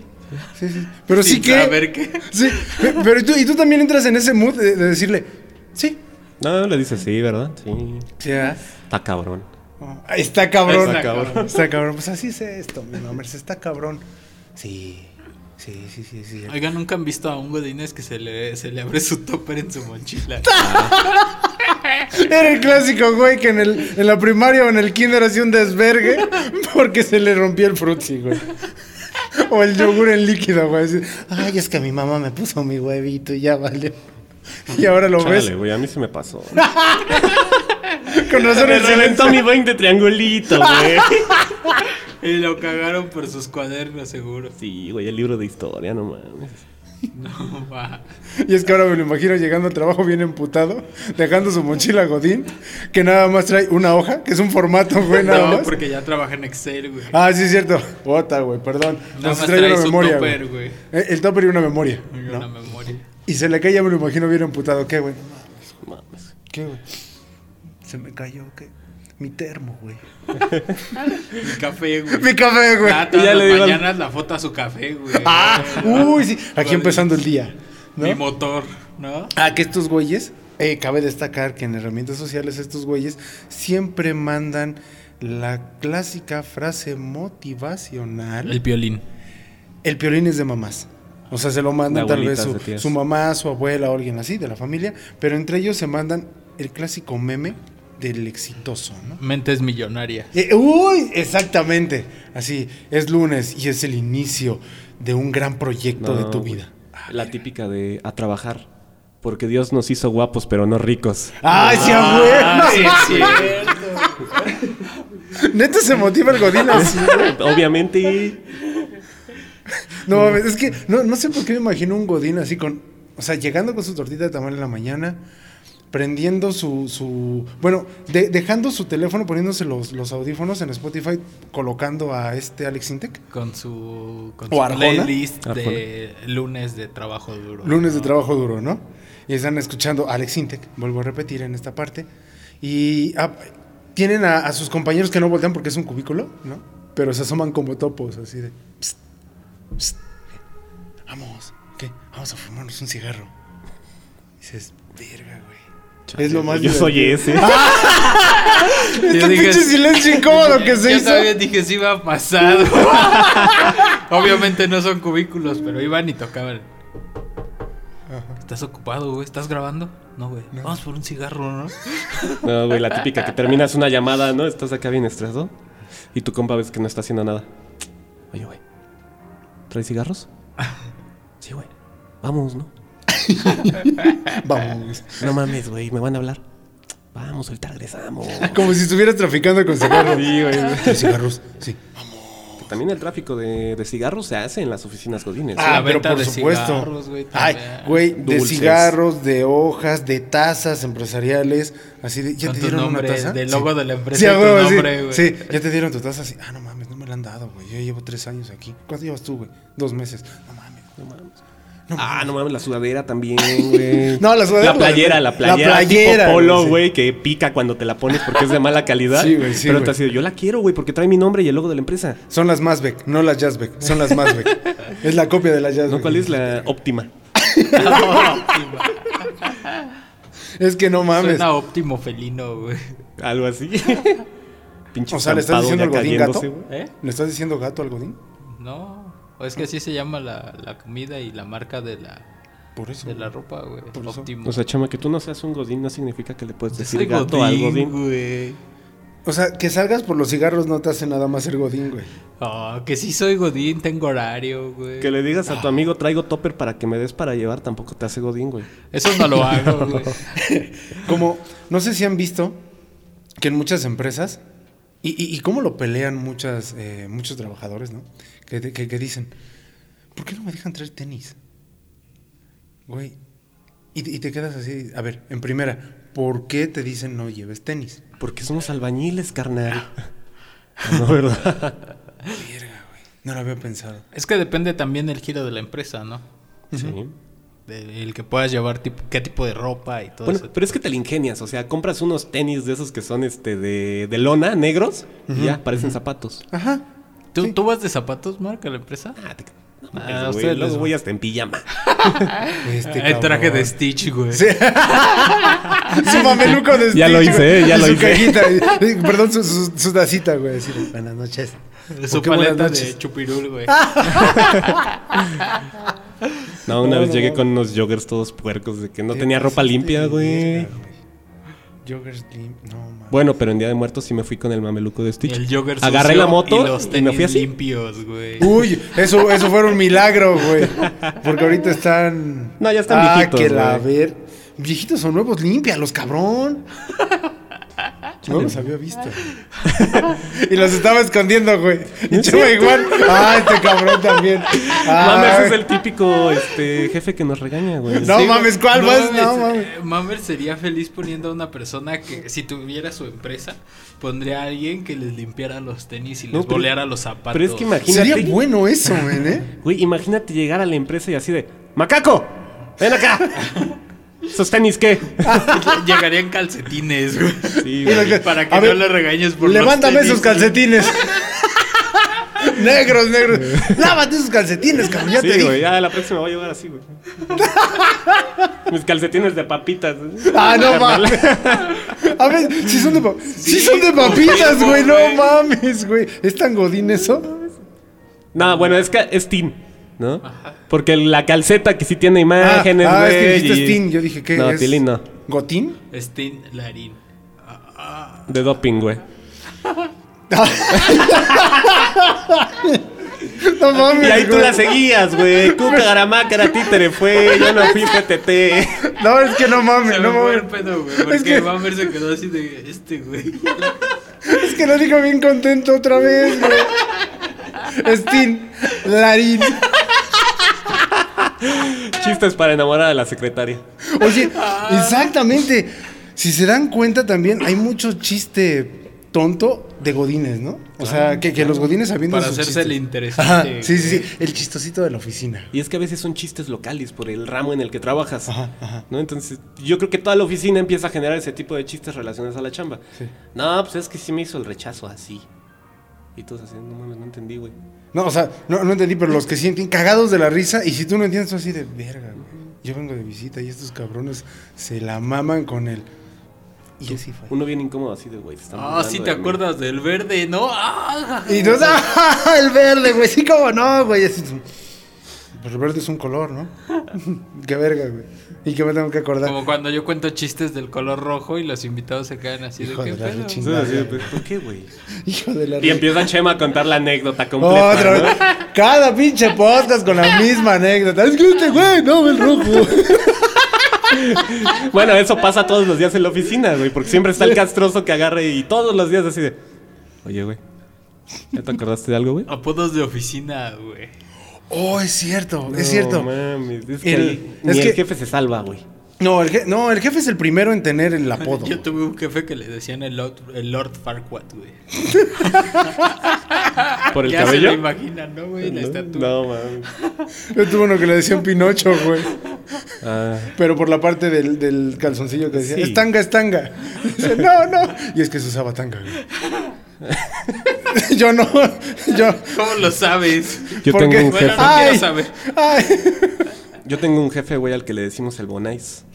S4: sí, sí. Pero sí
S3: Sin
S4: que.
S3: saber qué.
S4: Sí, pe- pero y tú, y tú también entras en ese mood de, de decirle, sí.
S2: No, le dice así, ¿verdad? Sí.
S4: Sí, ah.
S2: Está cabrón.
S4: Ah, Está cabrón.
S3: Está cabrón.
S4: Está cabrón. Pues así es esto, mi mamá, está cabrón. Sí, sí, sí, sí. sí.
S3: Oiga, ¿nunca han visto a un godines que se le, se le abre su topper en su mochila?
S4: Era el clásico, güey, que en, el, en la primaria o en el kinder hacía un desvergue porque se le rompía el frutzi, güey. O el yogur en líquido, güey. así, Ay, es que mi mamá me puso mi huevito y ya valió. Y ahora lo
S2: Chale, güey, a mí se me pasó.
S4: ves con razón
S2: me
S4: el silencio.
S2: reventó mi 20 triangulito, güey.
S3: y lo cagaron por sus cuadernos, seguro.
S2: Sí, güey, el libro de historia, no mames.
S3: No, va.
S4: Y es que ahora me lo imagino llegando al trabajo bien emputado, dejando su mochila Godín, que nada más trae una hoja, que es un formato, güey, nada
S3: No,
S4: más.
S3: porque ya trabaja en Excel, güey.
S4: Ah, sí, es cierto. Bota, güey, perdón.
S3: Nada
S4: Nos
S3: más
S4: trae
S3: trae
S4: una
S3: su
S4: memoria,
S3: topper,
S4: güey.
S3: güey.
S4: Eh, El topper y una memoria.
S3: En
S4: ¿no?
S3: una memoria.
S4: Y se le cae, ya me lo imagino bien emputado. ¿Qué, güey?
S2: Mames.
S4: ¿Qué, güey? Se me cayó, ¿qué? Mi termo, güey.
S3: Mi café, güey.
S4: Mi café, güey.
S3: Ah, todas
S2: Ya
S3: las
S2: le digo al-
S3: mañanas la foto a su café, güey.
S4: Ah, uy, sí. Aquí
S3: Lo
S4: empezando
S3: de-
S4: el día,
S3: Mi
S4: ¿no?
S3: motor, ¿no?
S4: Ah, que estos güeyes, eh, cabe destacar que en herramientas sociales estos güeyes siempre mandan la clásica frase motivacional. El,
S3: violín.
S4: piolín es de mamás. O sea, se lo mandan
S2: De
S4: tal vez
S2: abuelitas,
S4: su,
S2: de tías.
S4: su mamá, su abuela o alguien así de la familia, pero entre ellos se mandan el clásico meme del exitoso, ¿no?
S3: Mente es millonaria.
S4: Eh, uy, exactamente. Así, es lunes y es el inicio de un gran proyecto de
S2: No,
S4: tu
S2: güey.
S4: vida.
S2: La típica de a trabajar. Porque Dios nos hizo guapos, pero no ricos.
S4: ¡Ay, sí,
S3: Ah, sí,
S4: abuelo!
S3: sí.
S4: Neta se motiva el Godín así.
S2: Obviamente.
S4: No, mames, es que no, no sé por qué me imagino un Godín así con. O sea, llegando con su tortita de tamal en la mañana, prendiendo su. su bueno, de- dejando su teléfono, poniéndose los, los audífonos en Spotify, colocando a este Alex Intec.
S3: Con su, con
S4: ¿O
S3: su
S4: Arjona?
S3: playlist
S2: Arjona.
S3: de lunes de trabajo duro.
S4: Lunes de
S3: ¿no?
S4: trabajo duro, ¿no? Y están escuchando a Alex Intec, vuelvo a repetir en esta parte. Y ah, tienen a, a sus compañeros que no voltean porque es un cubículo, ¿no? Pero se asoman como topos, así de. "Psst, psst, vamos, ¿qué? Vamos a fumarnos un cigarro. Y dices, verga, güey. es lo más.
S2: Yo soy
S4: divertido".
S2: ese.
S4: Este
S3: Yo dije-
S4: pinche silencio incómodo que se
S3: Yo
S4: hizo.
S3: también dije si iba a pasar. Obviamente no son cubículos, pero iban y tocaban. ¿Estás ocupado, güey? ¿Estás grabando? No, güey. Vamos por un cigarro, ¿no?
S2: No, güey, la típica que terminas una llamada, ¿no? Estás acá bien estresado. Y tu compa ves que no está haciendo nada. Oye, güey. ¿Traes cigarros? Sí, güey. Vamos, ¿no?
S4: Vamos.
S2: No mames, güey, me van a hablar. Vamos, ahorita regresamos.
S4: Como si estuvieras traficando con cigarros.
S2: Sí, güey.
S4: Tres cigarros, sí.
S2: También el tráfico de, de cigarros se hace en las oficinas godines.
S4: Ah,
S3: La
S4: pero
S3: venta
S4: por
S3: de
S4: supuesto.
S3: cigarros, güey,
S4: Ay,
S3: también.
S4: güey, de
S2: Dulces.
S4: cigarros, de hojas, de tazas empresariales, así de, ¿ya
S3: Con
S4: te
S3: tu
S4: dieron
S3: nombre,
S4: una taza?
S3: del logo de la empresa
S4: Sí,
S3: y
S4: a
S3: tu
S4: huevo, sí,
S3: nombre, güey.
S4: sí, ya te dieron tu taza, sí. Ah, no mames, no me la le han dado, güey. Yo llevo tres años aquí. ¿Cuánto llevas tú, güey? Dos meses. No mames. No mames.
S2: Ah, no mames, la sudadera también, güey.
S4: No, la sudadera
S2: La
S4: la
S2: playera,
S4: de-
S2: la playera.
S4: la playera,
S2: tipo polo,
S4: güey, sí.
S2: güey, que pica cuando te la pones porque es de mala calidad.
S4: Sí, güey, sí,
S2: Pero te
S4: güey.
S2: has sido, yo la quiero, güey, porque trae mi nombre y el logo de la empresa.
S4: Son las Masbeck, no las Jazzbeck. Son las Masbeck. es la copia de las Jazzbeck.
S2: ¿No cuál es la óptima?
S3: Óptima.
S4: Es que no mames.
S3: Suena óptimo felino, güey.
S2: Algo así. Pinche
S4: O sea, ¿le
S2: estampado
S4: estás
S2: ya
S4: diciendo al Godín
S2: cayéndose,
S4: gato?
S2: güey.
S3: ¿Eh?
S4: ¿Le estás diciendo gato al Godín?
S3: No. O es que así se llama la, la comida y la marca de la,
S4: Por eso.
S3: de la ropa, güey.
S4: Por eso.
S3: Óptimo.
S2: O sea, chama, que tú no seas un godín no significa que le puedes
S3: Yo
S2: decir
S3: soy
S2: gato
S3: godín,
S2: al godín.
S3: güey.
S4: O sea, que salgas por los cigarros no te hace nada más ser Godín, güey.
S3: Ah, que sí soy godín, tengo horario, güey.
S2: Que le digas a tu amigo, traigo topper para que me des para llevar, tampoco te hace godín, güey.
S3: Eso no lo hago, güey.
S4: Como, no sé si han visto que en muchas empresas, y, y- y cómo lo pelean muchas, eh, muchos trabajadores, ¿no? Que, de- que- que dicen, ¿por qué no me dejan traer tenis? Güey, y, te- y te quedas así, a ver, en primera, ¿por qué te dicen no lleves tenis?
S2: Porque somos albañiles, carnal. No, ¿verdad?
S4: Verga, güey, no lo había pensado.
S3: Es que depende también el giro de la empresa, ¿no?
S2: Sí.
S3: De- el que puedas llevar, tipo, qué tipo de ropa y todo
S2: Bueno,
S3: eso.
S2: pero es que te la ingenias, o sea, compras unos tenis de esos que son este de, de lona, negros, y ya parecen zapatos.
S4: Ajá.
S3: ¿Tú, tú vas de zapatos, Marca, a la empresa?
S2: Ah, te... no,
S3: Ah,
S2: mames,
S3: a
S2: güey,
S3: ustedes
S2: luego
S3: les-
S2: voy hasta en pijama.
S4: Este
S3: el traje
S4: cabrón.
S3: de Stitch, güey.
S4: Sí. su mameluco de
S2: Ya lo
S4: Stitch,
S2: hice,
S4: güey,
S2: eh, ya
S4: y
S2: lo
S4: su
S2: hice.
S4: cajita, y- y- perdón, su, su, su tacita, güey. así de, buenas noches.
S3: Su
S4: ¿O qué buenas
S3: paleta de
S4: noches?
S3: chupirul, güey.
S4: Ah.
S2: No, una
S4: No,
S2: vez
S4: no,
S2: llegué
S4: no.
S2: con unos joggers todos puercos de que no
S4: Te
S2: tenía ropa
S4: pasaste
S2: limpia,
S4: de
S2: güey.
S4: verga, Joggers limp, no mames.
S2: Bueno, pero en Día de Muertos sí me fui con el mameluco de Stitch.
S3: El jogger sucio
S2: Agarré la moto
S3: y los
S2: y, me
S3: tenis
S2: fui así.
S3: limpios, güey.
S4: Uy, eso, eso fue un milagro, güey. Porque ahorita están.
S2: No, ya están
S4: ah,
S2: viejitos,
S4: que la
S2: güey.
S4: ver. Viejitos o nuevos, límpialos, cabrón. No los había visto. y los estaba escondiendo, güey. Y
S2: ¿Es
S4: Chema
S2: cierto?
S4: igual. Ah, este cabrón también. Ah,
S2: Mames es el típico este, jefe que nos regaña, güey.
S4: No mames, ¿cuál más? No
S3: mames.
S4: mames.
S3: eh, Mamer sería feliz poniendo a una persona que, si tuviera su empresa, pondría a alguien que les limpiara los tenis y les
S2: No, pero-
S3: boleara los zapatos.
S2: pero es que imagínate-
S4: Sería bueno eso, men, ¿eh?
S2: Güey, imagínate llegar a la empresa y así de... ¡Macaco! ¡Ven acá! ¿Esos tenis qué?
S4: Ah,
S3: Llegaría en calcetines, güey.
S2: Sí,
S4: Mira
S2: güey.
S4: que-
S3: Para que
S4: a
S3: no
S4: ver,
S3: le regañes por los
S4: Levántame
S3: tenis,
S4: esos
S3: güey.
S4: calcetines. negros, negros. Lávate esos calcetines, cabrón. Ya te
S2: Sí,
S4: dije.
S2: güey, ya la próxima voy a llevar así, güey. Mis calcetines de papitas.
S4: Ah, no
S2: Carnal.
S4: mames. A ver, si son de, pa- sí son de papitas,
S3: confirmo,
S4: güey. No
S3: güey.
S4: mames, güey. ¿Es tan godín eso?
S2: No, bueno, es que es Team, ¿no? Porque la calceta que sí tiene imágenes,
S4: ah, es
S2: güey.
S4: que dijiste
S2: y-
S4: Steam. Yo dije, ¿qué
S2: No,
S4: es?
S2: Tilín no.
S4: ¿Gotín?
S3: Stein Larín. Ah, ah.
S2: De doping, güey.
S4: No
S2: Y
S4: mames,
S2: ahí tú
S4: güey.
S2: la seguías, güey. Cuca, garamácara, títere, fue. Yo no fui, fue TT.
S4: No, es que no mames,
S3: Se
S4: no
S3: me fue el
S4: mames.
S3: pedo, güey. Porque
S4: Es que-
S3: Mamer se quedó así de este, güey.
S4: Es que lo dijo bien contento otra vez, güey. Steam, Larín.
S2: Chistes para enamorar a la secretaria.
S4: Oye,
S3: Ah.
S4: exactamente. Si se dan cuenta también, hay mucho chiste tonto de godines, ¿no? O sea, que, que los godines sabiendo
S3: Para
S4: sus
S3: hacerse el
S4: chistes.
S3: interesante.
S4: Ajá, sí, sí,
S3: güey.
S4: sí. El chistosito de la oficina.
S2: Y es que a veces son chistes locales por el ramo en el que trabajas.
S4: Ajá, ajá.
S2: ¿No? Entonces, yo creo que toda la oficina empieza a generar ese tipo de chistes relacionados a la chamba.
S4: Sí.
S2: No, pues es que sí me hizo el rechazo así. Y todos así, no mames, no entendí, güey.
S4: No, o sea, no, no entendí, pero los que sienten cagados de la risa, y si tú no entiendes, tú así de verga, güey. Yo vengo de visita y estos cabrones se la maman con el. Y así fue.
S2: Uno bien incómodo así de, güey. se están
S3: Ah,
S2: burlando
S3: sí
S2: de
S3: te
S2: mí".
S3: acuerdas del verde, ¿no? Ah,
S4: Y entonces, ¡ah! El verde, güey. Sí, cómo no, güey. Así, pero el verde es un color, ¿no? qué verga, güey. Y que me tengo que acordar.
S3: Como cuando yo cuento chistes del color rojo y los invitados se quedan así
S4: Hijo
S3: de qué
S4: de la
S3: pedo.
S4: rechi-
S2: Sí, así de, "Pues, ¿Por qué, güey?
S4: Hijo de la
S2: Y
S4: re-
S2: empieza Chema a contar la anécdota completa.
S4: Otra
S2: ¿no?
S4: vez. Cada pinche podcast con la misma anécdota. Es que este güey, no, el rojo.
S2: Bueno, eso pasa todos los días en la oficina, güey, porque siempre está el castroso que agarre y todos los días así de, oye, güey, ¿ya te acordaste de algo, güey?
S3: Apodos de oficina, güey.
S4: Oh, es cierto,
S2: No
S4: es cierto.
S2: mames, es que,
S4: El-
S2: ahí
S4: es
S2: ni el
S4: que-
S2: jefe se salva, güey.
S4: No el, je- no, el jefe es el primero en tener el apodo.
S3: Yo tuve un jefe que le decían el Lord, el Lord Farquaad, güey.
S2: ¿Por el
S3: Ah, ya se lo
S2: cabello?
S3: imaginan, ¿no, güey? La estatura.
S2: No, man.
S4: Yo tuve uno que le decían Pinocho, güey.
S2: Ah,
S4: Pero por la parte del, del calzoncillo que decía,
S2: Sí.
S4: es tanga, es tanga. Dice, no, no. Y es que se usaba tanga, güey. yo no, yo.
S3: ¿Cómo lo sabes?
S2: yo
S4: ¿Por
S2: tengo
S4: qué?
S2: un
S3: Bueno,
S2: jefe.
S3: no
S4: Ay.
S3: quiero saber.
S4: Ay.
S2: Yo tengo un jefe, güey, al que le decimos el Bonais.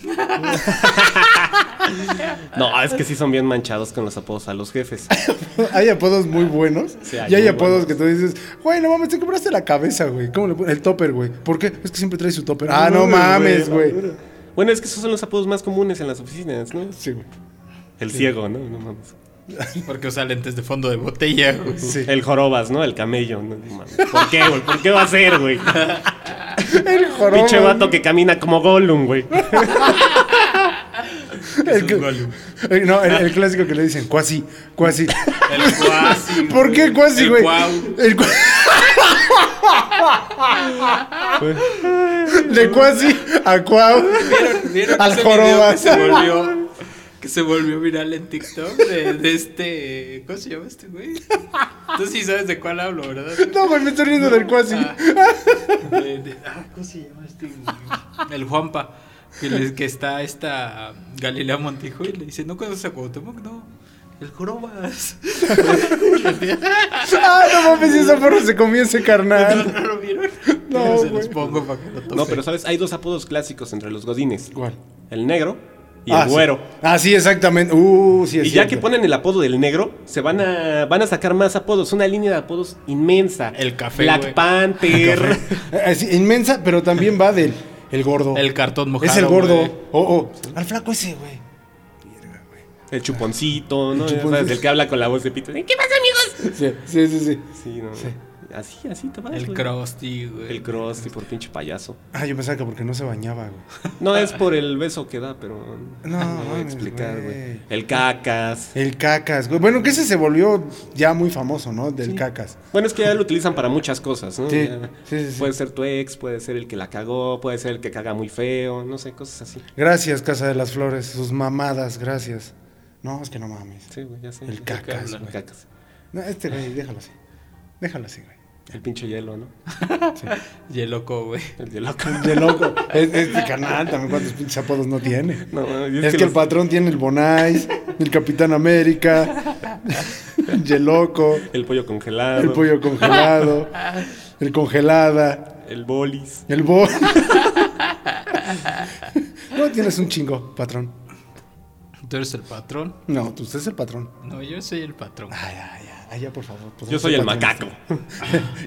S2: no, es que sí son bien manchados con los apodos a los jefes.
S4: Hay apodos muy buenos.
S2: Sí, hay
S4: y hay
S2: muy
S4: apodos
S2: buenos.
S4: que tú dices, güey, no mames, te compraste la cabeza, güey. ¿Cómo le pones? El topper, güey. ¿Por qué? Es que siempre trae su topper. Ah, no mames, güey.
S2: Bueno, es que esos son los apodos más comunes en las oficinas, ¿no?
S4: Sí, güey.
S2: El ciego, ¿no? No mames.
S3: Porque usa lentes de fondo de botella, güey.
S4: Sí.
S2: El jorobas, ¿no? El camello. ¿no? No mames. ¿Por qué, güey? ¿Por qué va a ser, güey?
S4: El joroba.
S2: Pinche vato que camina como Gollum, güey.
S3: Es
S4: El,
S3: un
S4: que-
S3: Gollum.
S4: Eh, no, el, el clásico que le dicen, cuasi, cuasi.
S3: El cuasi.
S4: ¿Por qué cuasi,
S3: El
S4: güey?
S3: guau.
S4: El cua- De cuasi a cuau.
S3: ¿Vieron, vieron
S4: Al
S3: ese
S4: joroba.
S3: video que se volvió que se volvió viral en TikTok de, de este ¿cómo se llama este güey? Tú sí sabes de cuál hablo, ¿verdad?
S4: No, güey, me estoy riendo del cuasi.
S3: Ah, de- de- ah, ¿Cómo se llama este? güey? El Juanpa que, le- que está esta Galilea Montijo y le dice ¿no conoces a Cuauhtémoc? No. El jorobas.
S4: Ah, no mames, esa porra se comió ese
S3: ¿No,
S4: carnal.
S3: no lo vieron?
S4: No,
S3: Pero se los
S4: güey.
S3: pongo para que lo tomen.
S2: No, pero sabes, hay dos apodos clásicos entre los godines.
S4: ¿Cuál?
S2: El negro y
S4: Ah,
S2: el
S4: sí.
S2: güero.
S4: Ah, sí, exactamente. Uh, sí, es
S2: Y ya que
S4: cierto.
S2: ponen el apodo del negro, se van a van a sacar más apodos, una línea de apodos inmensa.
S3: El café,
S2: Black
S3: güey.
S2: Panther.
S4: Eh, sí, inmensa, pero también va del el gordo.
S3: El cartón mojado.
S4: es el gordo.
S3: güey.
S4: Oh, oh. Al flaco ese, güey.
S2: El chuponcito, ¿no? Ya
S4: El
S2: sabes, El,
S4: chuponcito.
S2: que habla con la voz de Peter. ¿Qué pasa, amigos?
S4: Sí, sí, sí, sí.
S2: Sí, no. Así, así te vas,
S3: El
S2: güey.
S3: Krusty, güey.
S2: Ah, El Krusty por pinche payaso.
S4: Ah, yo pensaba que porque no se bañaba, güey.
S2: No es por el beso que da, pero.
S4: No,
S2: voy a
S4: mames,
S2: explicar, güey.
S4: güey.
S2: El cacas.
S4: El cacas, güey. Bueno, que ese se volvió ya muy famoso, ¿no? Del cacas.
S2: Bueno, es que ya lo utilizan para muchas cosas, ¿no?
S4: Sí,
S2: Ya-
S4: sí, sí, sí.
S2: Puede ser tu ex, puede ser el que la cagó, puede ser el que caga muy feo, no sé, cosas así.
S4: Gracias, Casa de las Flores. Sus mamadas, gracias. No, es que no mames.
S2: Sí, güey, ya sé.
S4: El cacas,
S2: El
S4: güey.
S2: cacas.
S4: No, este güey, déjalo así. Déjalo así, güey.
S2: El pinche hielo, ¿no?
S3: Y el loco, güey.
S2: El hielo.
S4: De loco. Es- Este canal también cuántos pinches apodos no tiene.
S2: No, mames, y
S4: Es, que, el
S2: los-
S4: patrón tiene el Bonais, el Capitán América, el Loco,
S2: el pollo congelado.
S4: el Pollo Congelado, el Congelada,
S2: El bolis.
S4: el Bo. No, tienes un chingo, patrón.
S3: Tú eres el patrón.
S4: No, tú usted es el patrón.
S3: No, yo soy el patrón.
S4: Ay, ay, ay, ay, ya, por favor. pues,
S2: Yo
S4: no
S2: soy el
S4: patrón.
S2: macaco.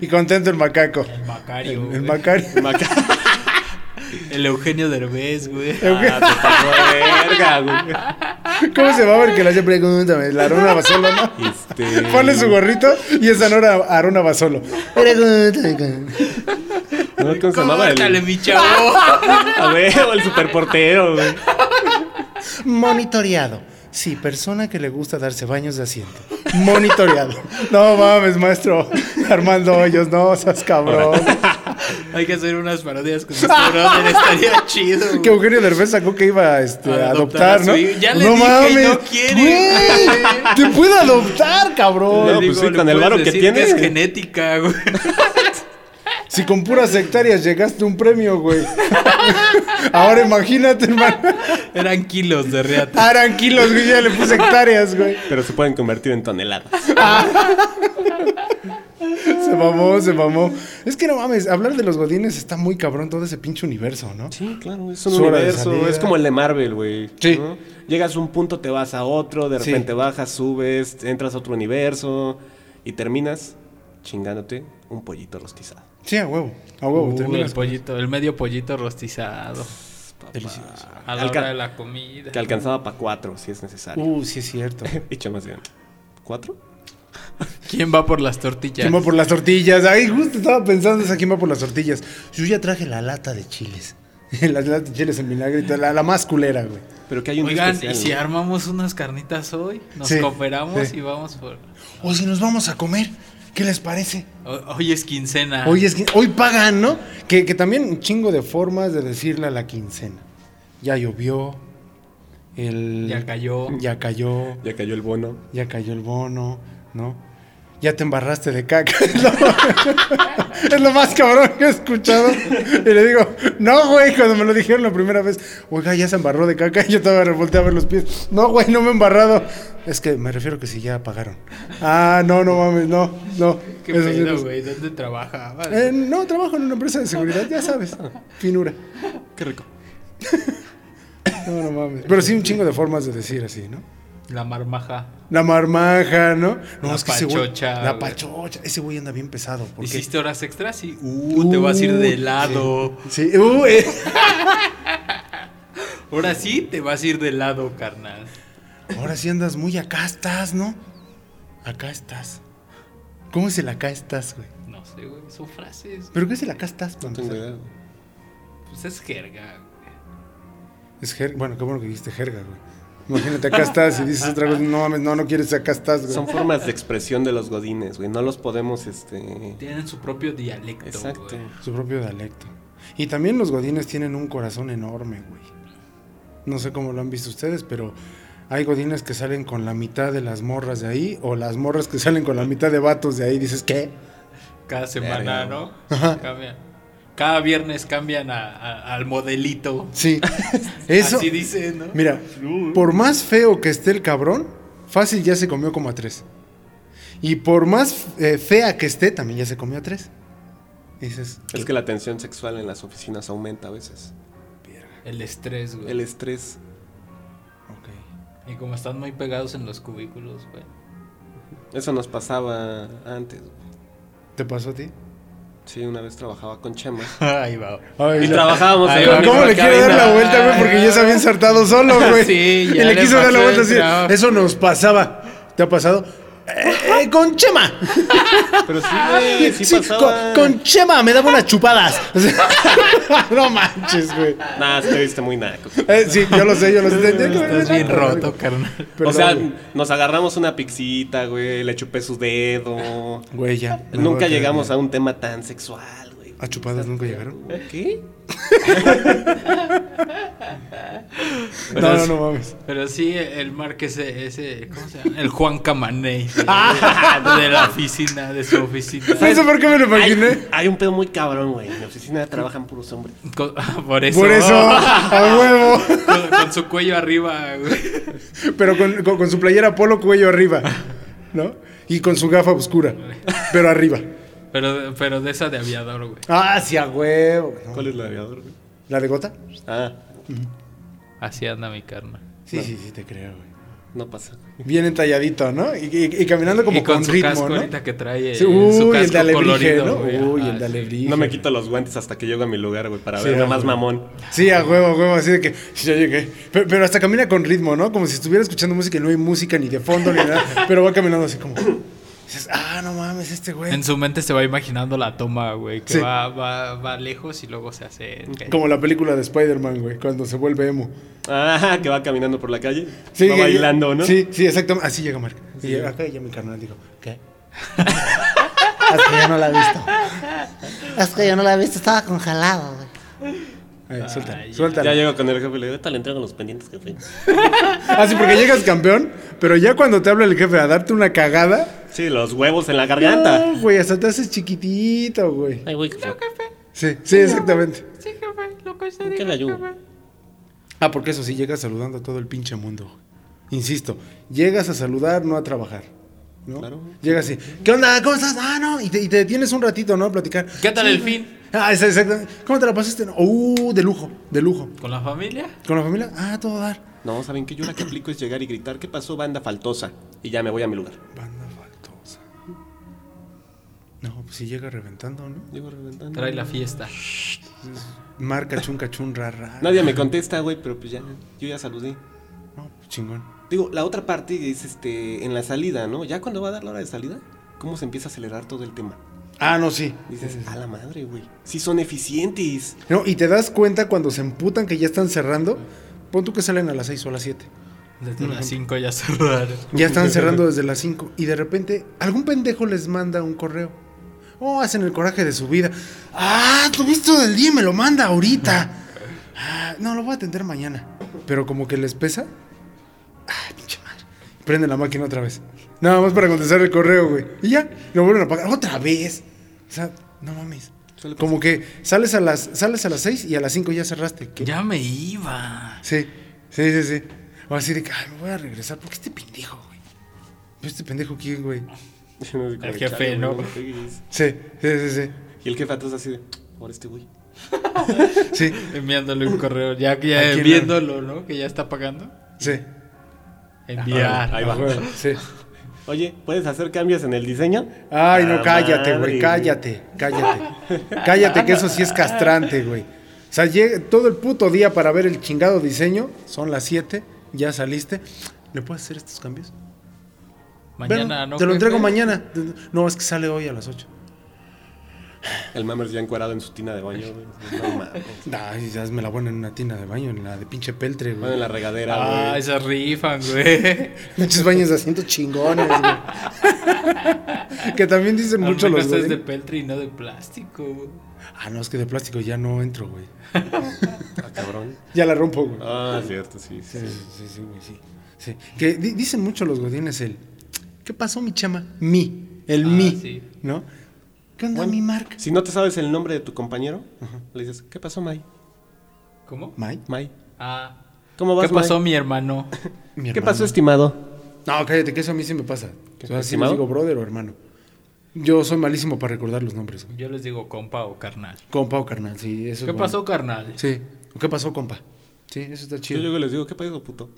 S4: Y contento el macaco.
S3: El Macario.
S4: El,
S3: güey.
S4: el
S3: El,
S4: macario.
S2: El macaco.
S3: Eugenio Derbez, güey.
S2: Ah, te pasó de verga,
S4: ¿Cómo se va a ver que la hace pregúntame? La Arona Basolo, ¿no?
S2: güey. Este...
S4: Ponle su gorrito y es Anora Arona Basolo. Pregúntame.
S2: ¿No? ¿Cómo se llamaba?
S3: Córtale,
S2: El...
S3: mi chavo.
S2: A ver, o el superportero, güey.
S4: Monitoreado. Sí, persona que le gusta darse baños de asiento. Monitoreado. No mames, maestro. Armando Hoyos, no seas cabrón.
S3: Hay que hacer unas parodias con nuestro brother. Estaría chido. güey.
S4: Que Eugenio Derbez sacó que iba este,
S3: A
S4: a
S3: adoptar
S4: adoptar,
S3: a
S4: ¿no?
S3: su hijo. Ya le dije y no quiere.
S4: Güey, te puedo adoptar, cabrón.
S2: No,
S3: Le
S2: pues sí,
S3: le
S2: con el
S3: puedes
S2: varo que
S3: decir
S2: tiene.
S3: es genética, güey.
S4: Si con puras hectáreas llegaste a un premio, güey. Ahora imagínate, hermano.
S3: Eran kilos de reata.
S4: Aran kilos, güey, ya le puse hectáreas, güey.
S2: Pero se pueden convertir en toneladas.
S4: Se mamó, se mamó. Es que no mames, hablar de los godines está muy cabrón todo ese pinche universo, ¿no?
S2: Sí, claro, es un
S4: Su hora de
S2: universo.
S4: salida.
S2: Es como el de Marvel, güey.
S4: Sí.
S2: ¿no? Llegas a un punto, te vas a otro, de
S4: Sí.
S2: repente bajas, subes, entras a otro universo y terminas chingándote un pollito rostizado.
S4: Sí, a huevo, a
S2: Oh,
S4: huevo.
S3: Uh, el
S4: terminas-
S3: pollito, el medio pollito rostizado.
S4: Delicioso.
S3: A la
S2: Alca-
S3: hora de la comida.
S2: Que alcanzaba para cuatro, si es necesario.
S4: Uh, sí es cierto.
S2: Y chamas bien. ¿Cuatro?
S3: ¿Quién va por las tortillas?
S4: ¿Quién va por las tortillas? Ay, justo estaba pensando esa quién va por las tortillas. Yo ya traje la lata de chiles. Las latas de chiles en vinagrito, la, la más culera, güey.
S2: Pero que hay un día
S3: Oigan,
S2: especial,
S3: y si
S2: ¿no?
S3: armamos unas carnitas hoy, nos
S4: Sí,
S3: cooperamos
S4: sí.
S3: y vamos por.
S4: O si nos vamos a comer, ¿qué les parece?
S3: Ho- Hoy es quincena.
S4: Hoy, es, que- hoy pagan, ¿no? Que, que también un chingo de formas de decirle a la quincena. ya llovió, el...
S3: Ya cayó.
S4: Ya cayó,
S2: Ya cayó el bono.
S4: ya cayó el bono, ¿no? Ya te embarraste de caca. Es lo, es lo más cabrón que he escuchado. Y le digo, no, güey, cuando me lo dijeron la primera vez, oiga, ya se embarró de caca. Y yo todavía me volteé a ver los pies. No, güey, no me he embarrado. Es que me refiero que si ya pagaron. Ah, no, no mames, no, no.
S3: ¿Qué
S4: Eso sí no
S3: pedo,
S4: sé.
S3: güey? ¿Dónde trabajabas?
S4: Eh, no, trabajo en una empresa de seguridad, ya sabes. Finura.
S3: Qué rico.
S4: No, no mames. Pero sí un chingo de formas de decir así, ¿no?
S3: La marmaja.
S4: La marmaja, ¿no? No,
S3: La
S4: ese güey-
S3: pachocha,
S4: la
S3: güey.
S4: pachocha. Ese güey anda bien pesado. Porque,
S3: ¿Hiciste horas extras? Sí. Uh, te vas a ir de lado.
S4: Sí, uh, eh.
S3: Ahora sí te vas a ir de lado, carnal.
S4: Ahora sí andas muy acá estás, ¿no? Acá estás. ¿Cómo es el acá estás, güey?
S3: No sé, güey. Son frases.
S4: ¿Pero qué es el acá estás? para empezar?
S3: Pues es jerga, güey.
S4: Es jerga. Bueno, qué bueno que dijiste jerga, güey. Imagínate, acá estás y dices otra vez, no mames, no, no quieres, acá estás, güey.
S2: Son formas de expresión de los godines, güey. No los podemos, este...
S3: Tienen su propio dialecto,
S2: Exacto.
S3: güey.
S4: Su propio dialecto. Y también los godines tienen un corazón enorme, güey. No sé cómo lo han visto ustedes, pero hay godines que salen con la mitad de las morras de ahí o las morras que salen con la mitad de vatos de ahí. Dices, ¿qué?
S3: Cada semana, ¿no? Cambian. Cada viernes cambian a- a- al modelito.
S4: Sí. Eso.
S3: Así dice, ¿no? Uh,
S4: Mira, por más feo que esté el cabrón, fácil ya se comió como a tres. Y por más eh, fea que esté, también ya se comió a tres. Dices,
S2: Es que la tensión sexual en las oficinas aumenta a veces.
S3: El estrés, güey.
S2: El estrés.
S4: ok.
S3: Y como están muy pegados en los cubículos, güey.
S2: Eso nos pasaba antes. güey.
S4: ¿Te pasó a ti?
S2: Sí, una vez trabajaba con Chema.
S3: Ahí va.
S4: Ay,
S3: y
S4: la-
S3: trabajábamos
S2: Ahí
S3: en
S2: va.
S3: la misma
S4: ¿Cómo le quiero dar la
S3: cabina?
S4: vuelta, güey? Porque ya se había ensartado solo, güey.
S3: Sí, ya
S4: y le,
S3: le
S4: quiso dar la
S3: pasó
S4: vuelta
S3: el
S4: así.
S3: trabajo.
S4: Eso nos pasaba. ¿Te ha pasado? Eh, eh, con Chema.
S2: Pero sí, güey, sí,
S4: Sí,
S2: pasaba.
S4: con, con Chema me daba unas chupadas. O sea, no manches, güey.
S2: Nah, sí te viste muy naco.
S4: Eh, sí, yo lo sé, yo lo sé.
S3: Estás bien roto, carnal.
S2: o sea,
S4: Perdón,
S2: nos agarramos una pixita, güey, le chupé sus dedos.
S4: Güey, ya. me voy
S2: Nunca
S4: quedar
S2: llegamos
S4: bien.
S2: a un tema tan sexual, güey.
S4: ¿A chupadas nunca llegaron?
S2: ¿Qué?
S4: No, no, no mames.
S3: Pero sí, el Mark ese, ese ¿cómo se llama? El Juan Camaney. De,
S4: Ah.
S3: de la oficina, de su oficina.
S4: No sé por qué me lo
S2: Hay,
S4: imaginé.
S2: hay un pedo muy cabrón, güey. En la oficina trabajan puros hombres.
S3: Con- por eso.
S4: Por eso, a huevo.
S3: Con, con su cuello arriba, güey.
S4: Pero con, con- con su playera polo cuello arriba, ¿no? Y con su gafa oscura, pero arriba.
S3: Pero, pero de esa de aviador, güey.
S4: Ah, sí, a huevo. ¿no?
S2: es la aviador, güey?
S4: ¿La de gota?
S2: Ah,
S3: Así anda mi carnal.
S4: Sí, sí, sí, te creo, güey.
S2: no pasa.
S4: Bien entalladito, ¿no? Y, y- y caminando como
S3: y con,
S4: con,
S3: su
S4: ritmo,
S3: casco
S4: ¿no?
S3: ahorita que trae.
S4: Sí,
S3: en su
S4: uy,
S3: casco
S4: el de alebrije,
S3: colorido,
S4: ¿no?
S3: güey.
S4: Uy,
S3: Ajá,
S4: el de
S3: sí.
S4: alebrije.
S2: No me quito los guantes hasta que llego a mi lugar, güey, para
S4: Sí,
S2: verme
S4: güey.
S2: más mamón.
S4: Sí, a huevo, a huevo, así de que sí, ya llegué. Pe- Pero, hasta camina con ritmo, ¿no? Como si estuviera escuchando música y no hay música ni de fondo ni nada. Pero va caminando así como. Dices, ah, no mames, este güey.
S3: En su mente se va imaginando la toma, güey. Que
S4: Sí.
S3: va, va, va lejos y luego se hace.
S4: Como la película de Spider-Man, güey, cuando se vuelve emo.
S2: Ah, que va caminando por la calle. va
S4: que-
S2: bailando, ¿no?
S4: Sí, sí, exactamente. Así llega Mark. Y llega acá y ya mi carnal dijo, ¿qué?
S5: Es que yo no la he visto. Es que yo no la he visto, estaba congelado, güey.
S4: Ahí, suéltala,
S3: ya.
S4: suéltala.
S2: Ya llego con el jefe y le digo, "Ahorita le entrego los pendientes, jefe.
S4: Así Ah, porque llegas campeón, pero ya cuando te habla el jefe a darte una cagada.
S2: Sí, los huevos en la garganta.
S4: No, güey, hasta te haces chiquitito, güey.
S2: Ay, güey, jefe,
S4: Sí, sí, exactamente.
S2: ¿en ¿qué le ayudo?
S4: Ah, porque eso sí, llegas saludando a todo el pinche mundo. güey. Insisto, llegas a saludar, no a trabajar. ¿no?
S2: Claro.
S4: Llegas así, ¿qué onda? ¿Cómo estás? Ah, no, y te, y te detienes un ratito, ¿no? A platicar.
S3: ¿Qué tal
S4: Sí,
S3: el
S4: güey.
S3: fin?
S4: Ah, es- exactamente. ¿Cómo te la pasaste? Uh, de lujo, de lujo.
S3: ¿Con la familia?
S4: ¿Con la familia? Ah, todo dar.
S2: No, ¿saben qué? Yo la que aplico es llegar y gritar, ¿qué pasó, banda faltosa? Y ya me voy a mi lugar.
S4: Banda faltosa. No, pues si llega reventando, ¿no?
S2: Llego reventando.
S3: Trae la fiesta.
S4: Marca chun cachun ra ra.
S2: Nadie me contesta, güey, pero pues ya, yo ya saludé.
S4: No, pues chingón.
S2: Digo, la otra parte es este, en la salida, ¿no? Ya cuando va a dar la hora de salida, ¿cómo se empieza a acelerar todo el tema?
S4: Ah, no, sí.
S2: Dices, a la madre, güey. Sí son eficientes.
S4: No, y te das cuenta cuando se emputan que ya están cerrando. Pon tú que salen a las 6 o a las 7.
S3: Desde las 5 ya cerraron.
S4: Ya están cerrando desde las 5 y de repente algún pendejo les manda un correo. Oh, hacen el coraje de su vida. Ah, tuviste todo el día y me lo manda ahorita. Ah, no, lo voy a atender mañana. Pero como que les pesa. Ay, pinche madre. Prende la máquina otra vez. Nada más para contestar el correo, güey. Y ya, lo vuelven a pagar otra vez. O sea, no mames. Como que sales a las sales a las 6 y a las 5 ya cerraste. ¿Qué?
S3: Ya me iba.
S4: Sí, sí, sí, sí. O así de que, ay, me voy a regresar porque este pendejo, güey. ¿Pero este pendejo quién, güey?
S3: El jefe, ¿no?
S4: Sí, sí, sí, sí.
S2: Y el jefe atrás así de, por este güey.
S4: Sí,
S3: Enviándole un correo. Ya, ya
S4: ¿A quién
S3: viéndolo, ¿no? Que ya está pagando.
S4: sí,
S3: Enviar. Ah,
S2: ahí va.
S4: Ah, sí.
S2: Oye, ¿puedes hacer cambios en el diseño?
S4: Ay, no,
S2: Ah,
S4: cállate, güey,
S2: madre.
S4: cállate, cállate. Cállate, que eso sí es castrante, güey. O sea, llega todo el puto día para ver el chingado diseño. Son las 7, ya saliste. ¿Le puedes hacer estos cambios?
S3: Mañana,
S4: Ven,
S3: ¿no?
S4: Te lo
S3: jefe?
S4: entrego mañana. No, es que sale hoy a las 8.
S2: El Mammers ya encuadrado en su tina de baño. güey. No mames.
S4: Ay, ya me la ponen en una tina de baño, en la de pinche peltre,
S2: Bueno, en
S4: güey.
S2: la regadera, güey.
S3: Ah, se rifan, güey.
S4: Muchos baños de asientos chingones, güey. que también dicen mucho
S3: Al menos
S4: los
S3: es de
S4: godines.
S3: peltri y no de plástico.
S4: Ah, no, es que de plástico ya no entro, güey.
S2: Ah, cabrón.
S4: Ya la rompo, güey.
S2: Ah, cierto, sí, sí.
S4: Sí, sí, sí, güey, sí. Sí. Que di- dicen mucho los godines el ¿Qué pasó, mi chama? Mi, el
S3: Ah,
S4: mi,
S3: sí.
S4: ¿no? ¿Qué onda
S2: Bueno.
S4: mi marca?
S2: Si no te sabes el nombre de tu compañero, le dices, ¿qué pasó, May?
S3: ¿Cómo?
S4: Mike,
S2: May.
S3: Ah.
S2: ¿Cómo vas,
S3: ¿Qué pasó,
S2: May?
S3: mi hermano?
S4: mi
S2: ¿Qué
S4: hermano.
S2: pasó, estimado?
S4: No, cállate, que eso a mí sí me pasa.
S2: ¿Qué,
S4: O sea, sí les
S2: estimado?
S4: digo brother o hermano. Yo soy malísimo para recordar los nombres, güey.
S3: Yo les digo compa o carnal.
S4: Compa o carnal, sí, eso es
S3: ¿Qué
S4: bueno.
S3: pasó, carnal?
S4: Sí. ¿O ¿Qué pasó, compa? Sí, eso está
S2: Yo
S4: chido.
S2: llego y les digo, ¿qué pasó, puto?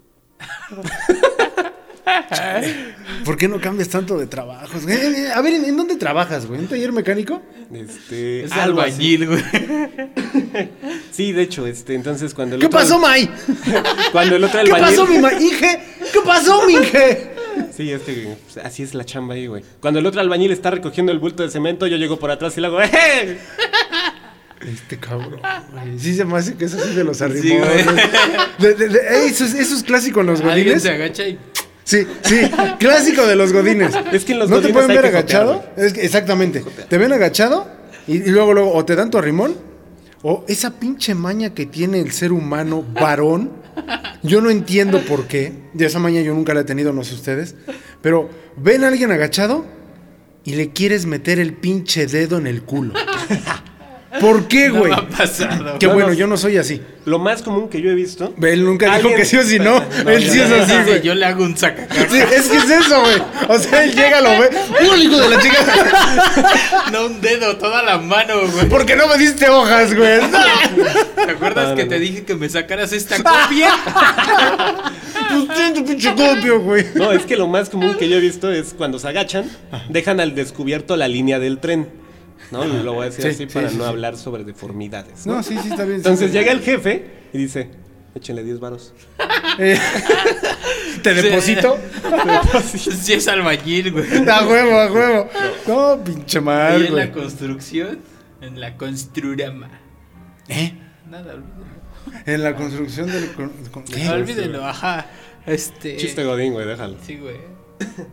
S4: ¿Por qué no cambias tanto de trabajos? Eh, eh, a ver, ¿en, en dónde trabajas, güey? ¿En un taller mecánico?
S2: Este,
S3: Es
S2: algo así.
S3: albañil, güey.
S2: Sí, de hecho, este, entonces cuando el
S4: ¿Qué
S2: otro-
S4: pasó, May?
S2: Cuando el otro
S4: ¿Qué
S2: albañil-
S4: pasó, mi ma- Inge? ¿Qué pasó, mi Inge?
S2: Sí, es que pues, así es la chamba ahí, güey. Cuando el otro albañil está recogiendo el bulto de cemento, yo llego por atrás y le hago, ¡eh!
S4: Este cabrón, güey. Sí se me hace que eso sí de los arrimones.
S3: güey.
S4: De- de- de- eso, es, eso es clásico en los
S3: Alguien
S4: godines.
S3: se agacha y
S4: Sí, sí, clásico de los godines.
S2: Es que en los
S4: ¿No te
S2: godines
S4: pueden
S2: hay
S4: ver
S2: que jotear,
S4: agachado? Es que- exactamente. Te ven agachado y, y luego, luego, o te dan tu arrimón, o esa pinche maña que tiene el ser humano varón. Yo no entiendo por qué. De esa maña yo nunca la he tenido, no sé ustedes. Pero ven a alguien agachado y le quieres meter el pinche dedo en el culo. ¿Por qué,
S3: no
S4: güey?
S3: me ha pasado.
S4: Qué
S2: No,
S4: bueno,
S2: no.
S4: yo no soy así.
S2: Lo más común que yo he visto.
S4: Él nunca dijo
S2: Alguien-
S4: que sí o si no.
S2: No,
S4: Él
S2: no,
S4: sí
S2: no,
S4: es
S2: no,
S4: así,
S3: Dice,
S4: güey.
S3: Yo le hago un sacacar.
S4: Sí, es que es eso, güey. O sea, él llega, lo ve. ¡Uh, hijo de la chica!
S3: No un dedo, toda la mano, güey.
S4: ¿Por qué no me diste hojas, güey?
S3: ¿Te acuerdas
S2: No, no,
S3: que
S2: no.
S3: te dije que me sacaras esta copia?
S4: Pues ten tu pinche copio, güey.
S2: No, es que lo más común que yo he visto es cuando se agachan, dejan al descubierto la línea del tren. No, lo voy a decir
S4: Sí,
S2: así
S4: sí,
S2: para
S4: sí,
S2: no
S4: sí.
S2: hablar sobre deformidades. ¿no?
S4: No, sí, sí, está bien.
S2: Entonces llega el jefe y dice, échenle 10 varos.
S4: Eh, ¿Te deposito?
S3: Sí es albañil, güey.
S4: A huevo, a huevo. No, pinche
S3: Y
S4: mal,
S3: en la
S4: güey.
S3: construcción, en la construrama.
S4: ¿Eh?
S3: Nada, olvídenlo.
S4: En la construcción del. con- con-
S3: No,
S4: ¿Qué?
S3: olvídenlo, ajá. Este.
S2: Chiste godín, güey, déjalo.
S3: Sí, güey.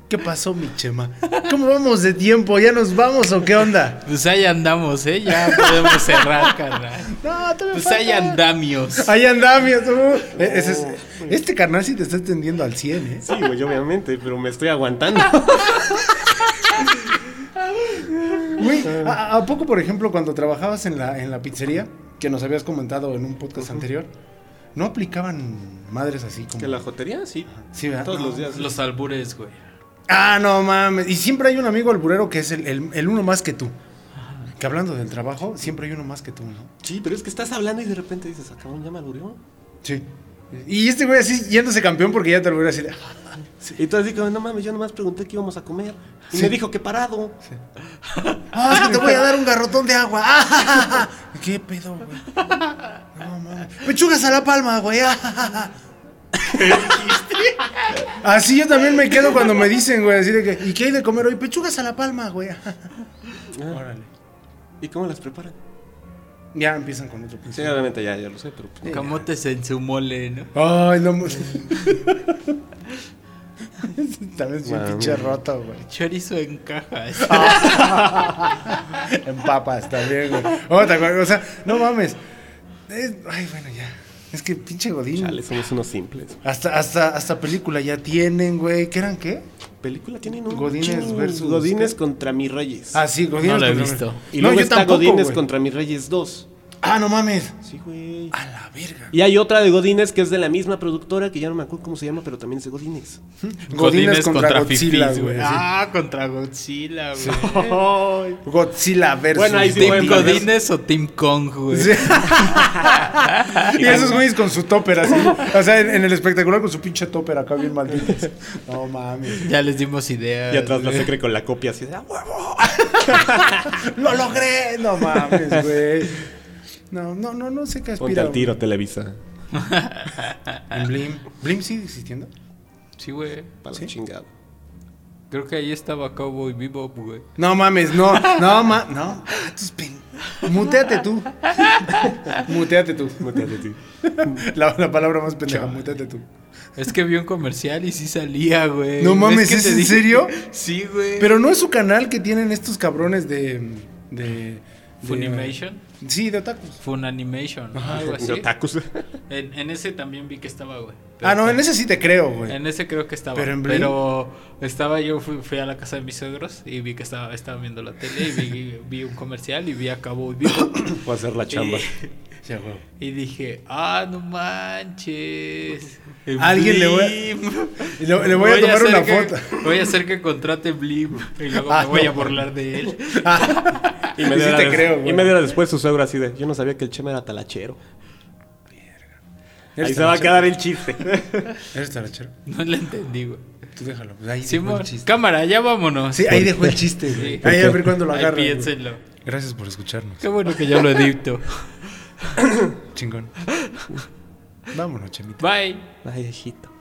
S4: ¿Qué pasó, mi chema? ¿Cómo vamos de tiempo? ¿Ya nos vamos o qué onda?
S3: Pues ahí andamos, ¿eh? Ya podemos cerrar, carnal.
S4: No, te
S3: Pues hay andamios.
S4: Ahí andamios. uh. Eh, ese es- este carnal sí te está tendiendo al 100, ¿eh?
S2: Sí, güey, obviamente, pero me estoy aguantando.
S4: Güey, ¿a, a poco, por ejemplo, cuando trabajabas en la, en la pizzería, que nos habías comentado en un podcast anterior, no aplicaban madres así como.
S2: ¿Que la jotería? Sí.
S4: Sí, ¿verdad?
S2: Todos
S4: No.
S2: los días. sí.
S3: Los albures, güey.
S4: Ah, no mames. Y siempre hay un amigo alburero que es el, el- el uno más que tú. Que hablando del trabajo, siempre hay uno más que tú, ¿no?
S2: Sí, pero es que estás hablando y de repente dices, "Ah, acá un llama alburió.
S4: Sí. Y este güey así yéndose campeón porque ya te lo así de.
S2: Y tú así como, no mames, yo nomás pregunté qué íbamos a comer. Y
S4: Sí.
S2: me dijo que parado.
S4: Ah, es que te voy a dar un garrotón de agua. Ah, ja, ja, ja. ¿Qué pedo, güey? No mames. Pechugas a la palma, güey. Ah, ja, ja, ja. Así yo también me quedo cuando me dicen, güey, así de que, ¿y qué hay de comer hoy? Pechugas a la palma, güey. Ah, ja, ja.
S2: Ah, ¿Y cómo las preparan?
S4: Ya empiezan con otro
S2: Sí,
S4: pinche.
S2: obviamente ya, ya lo sé, pero... pues,
S3: Camotes en su mole, ¿no?
S4: Ay, no. mo- también soy un
S2: Mami.
S4: pinche roto, güey.
S3: Chorizo en cajas.
S4: Ah, En papas también, güey. Oh, ¿te acuerdas? O sea, no mames. Es- ay, bueno, ya. Es que pinche Godín.
S2: Chale, somos unos simples.
S4: Hasta, hasta, hasta película ya tienen, güey. ¿Qué eran qué?
S2: Película tienen un
S4: Godínez
S2: chingo.
S4: versus-
S2: Godínez
S4: ¿qué?
S2: contra mis reyes.
S4: Ah, sí, Godín.
S3: No la he visto.
S2: y luego
S4: yo
S2: está
S4: tampoco,
S2: Godínez
S4: güey.
S2: contra mis reyes 2.
S4: Ah, no mames.
S2: Sí, güey.
S4: A la verga.
S2: Y hay otra de Godínez que es de la misma productora, que ya no me acuerdo cómo se llama, pero también es de Godínez.
S4: Godines contra, Godzilla,
S3: fifís,
S4: güey. Ah,
S3: Ah, contra Godzilla, güey.
S4: Godzilla versus.
S2: Bueno, ahí sí,
S4: Team
S2: güey,
S3: ¿Team
S2: bueno,
S4: Godín.
S3: Godines o Team Kong, güey?
S4: Sí. Y esos güeyes con su topper así. O sea, en, en el espectacular con su pinche topper acá bien malditos. No mames.
S3: Ya les dimos ideas.
S2: Y atrás la
S3: güey.
S2: secre con la copia así de "Ah, huevo.
S4: ¡Lo logré! No mames, güey. No, no, no, no sé qué aspira.
S2: Ponte al tiro, Televisa.
S4: güey. Blim. ¿Blim sigue existiendo?
S3: Sí, güey.
S2: Para
S4: ¿Sí?
S2: la chingada.
S3: Creo que ahí estaba Cowboy Bebop, güey.
S4: No mames, no. No ma... No. Tus pin- Muteate tú. Muteate tú. La, la palabra más pendeja, muteate tú.
S3: Es que vi un comercial y sí salía, güey.
S4: No
S3: ¿Ves
S4: mames,
S3: que
S4: ¿es
S3: te
S4: en serio?
S3: Sí, güey.
S4: Pero no es su canal que tienen estos cabrones de. de. de-
S3: Funimation.
S4: Sí, de otakus.
S3: Funimation. ¿no? Algo así. En, en ese también vi que estaba, güey. Pero
S4: Ah, no, en
S3: está-
S4: ese sí te creo, güey.
S3: En ese creo que estaba.
S4: Pero
S3: Pero,
S4: en Blim.
S3: estaba yo, fui, fui a la casa de mis suegros y vi que estaba, estaba viendo la tele y vi, vi un comercial y vi a Cowboy Bebop.
S2: Voy a hacer la chamba.
S4: Sí, a huevo.
S3: Y, y dije, ah, no manches. el
S4: Alguien le voy
S3: Blim".
S4: Y Le, le voy, a tomar
S3: hacer
S4: una
S3: que-
S4: foto.
S3: Voy a hacer que contrate Blim y luego
S4: Ah,
S3: me voy
S4: no. Ah.
S3: a burlar de él.
S2: Y media,
S4: Sí
S2: hora
S4: te
S2: des-
S4: creo, güey.
S2: y media hora después su suegro así de, yo no sabía que el Chema era talachero. Ahí se va a quedar el chiste.
S4: Eres tarachero.
S3: No le entendí, güey.
S4: Tú déjalo. pues ahí dejó
S3: Simón,
S4: el chiste.
S3: cámara, ya vámonos.
S4: Sí, ahí dejó el chiste, güey.
S3: Sí.
S4: Ahí a ver cuándo lo
S3: Ahí
S4: agarran. güey.
S3: piénsenlo.
S4: Gracias por escucharnos.
S3: Qué bueno que ya lo edito.
S4: Chingón. Vámonos, Chemita.
S3: Bye.
S2: Ay, hijito.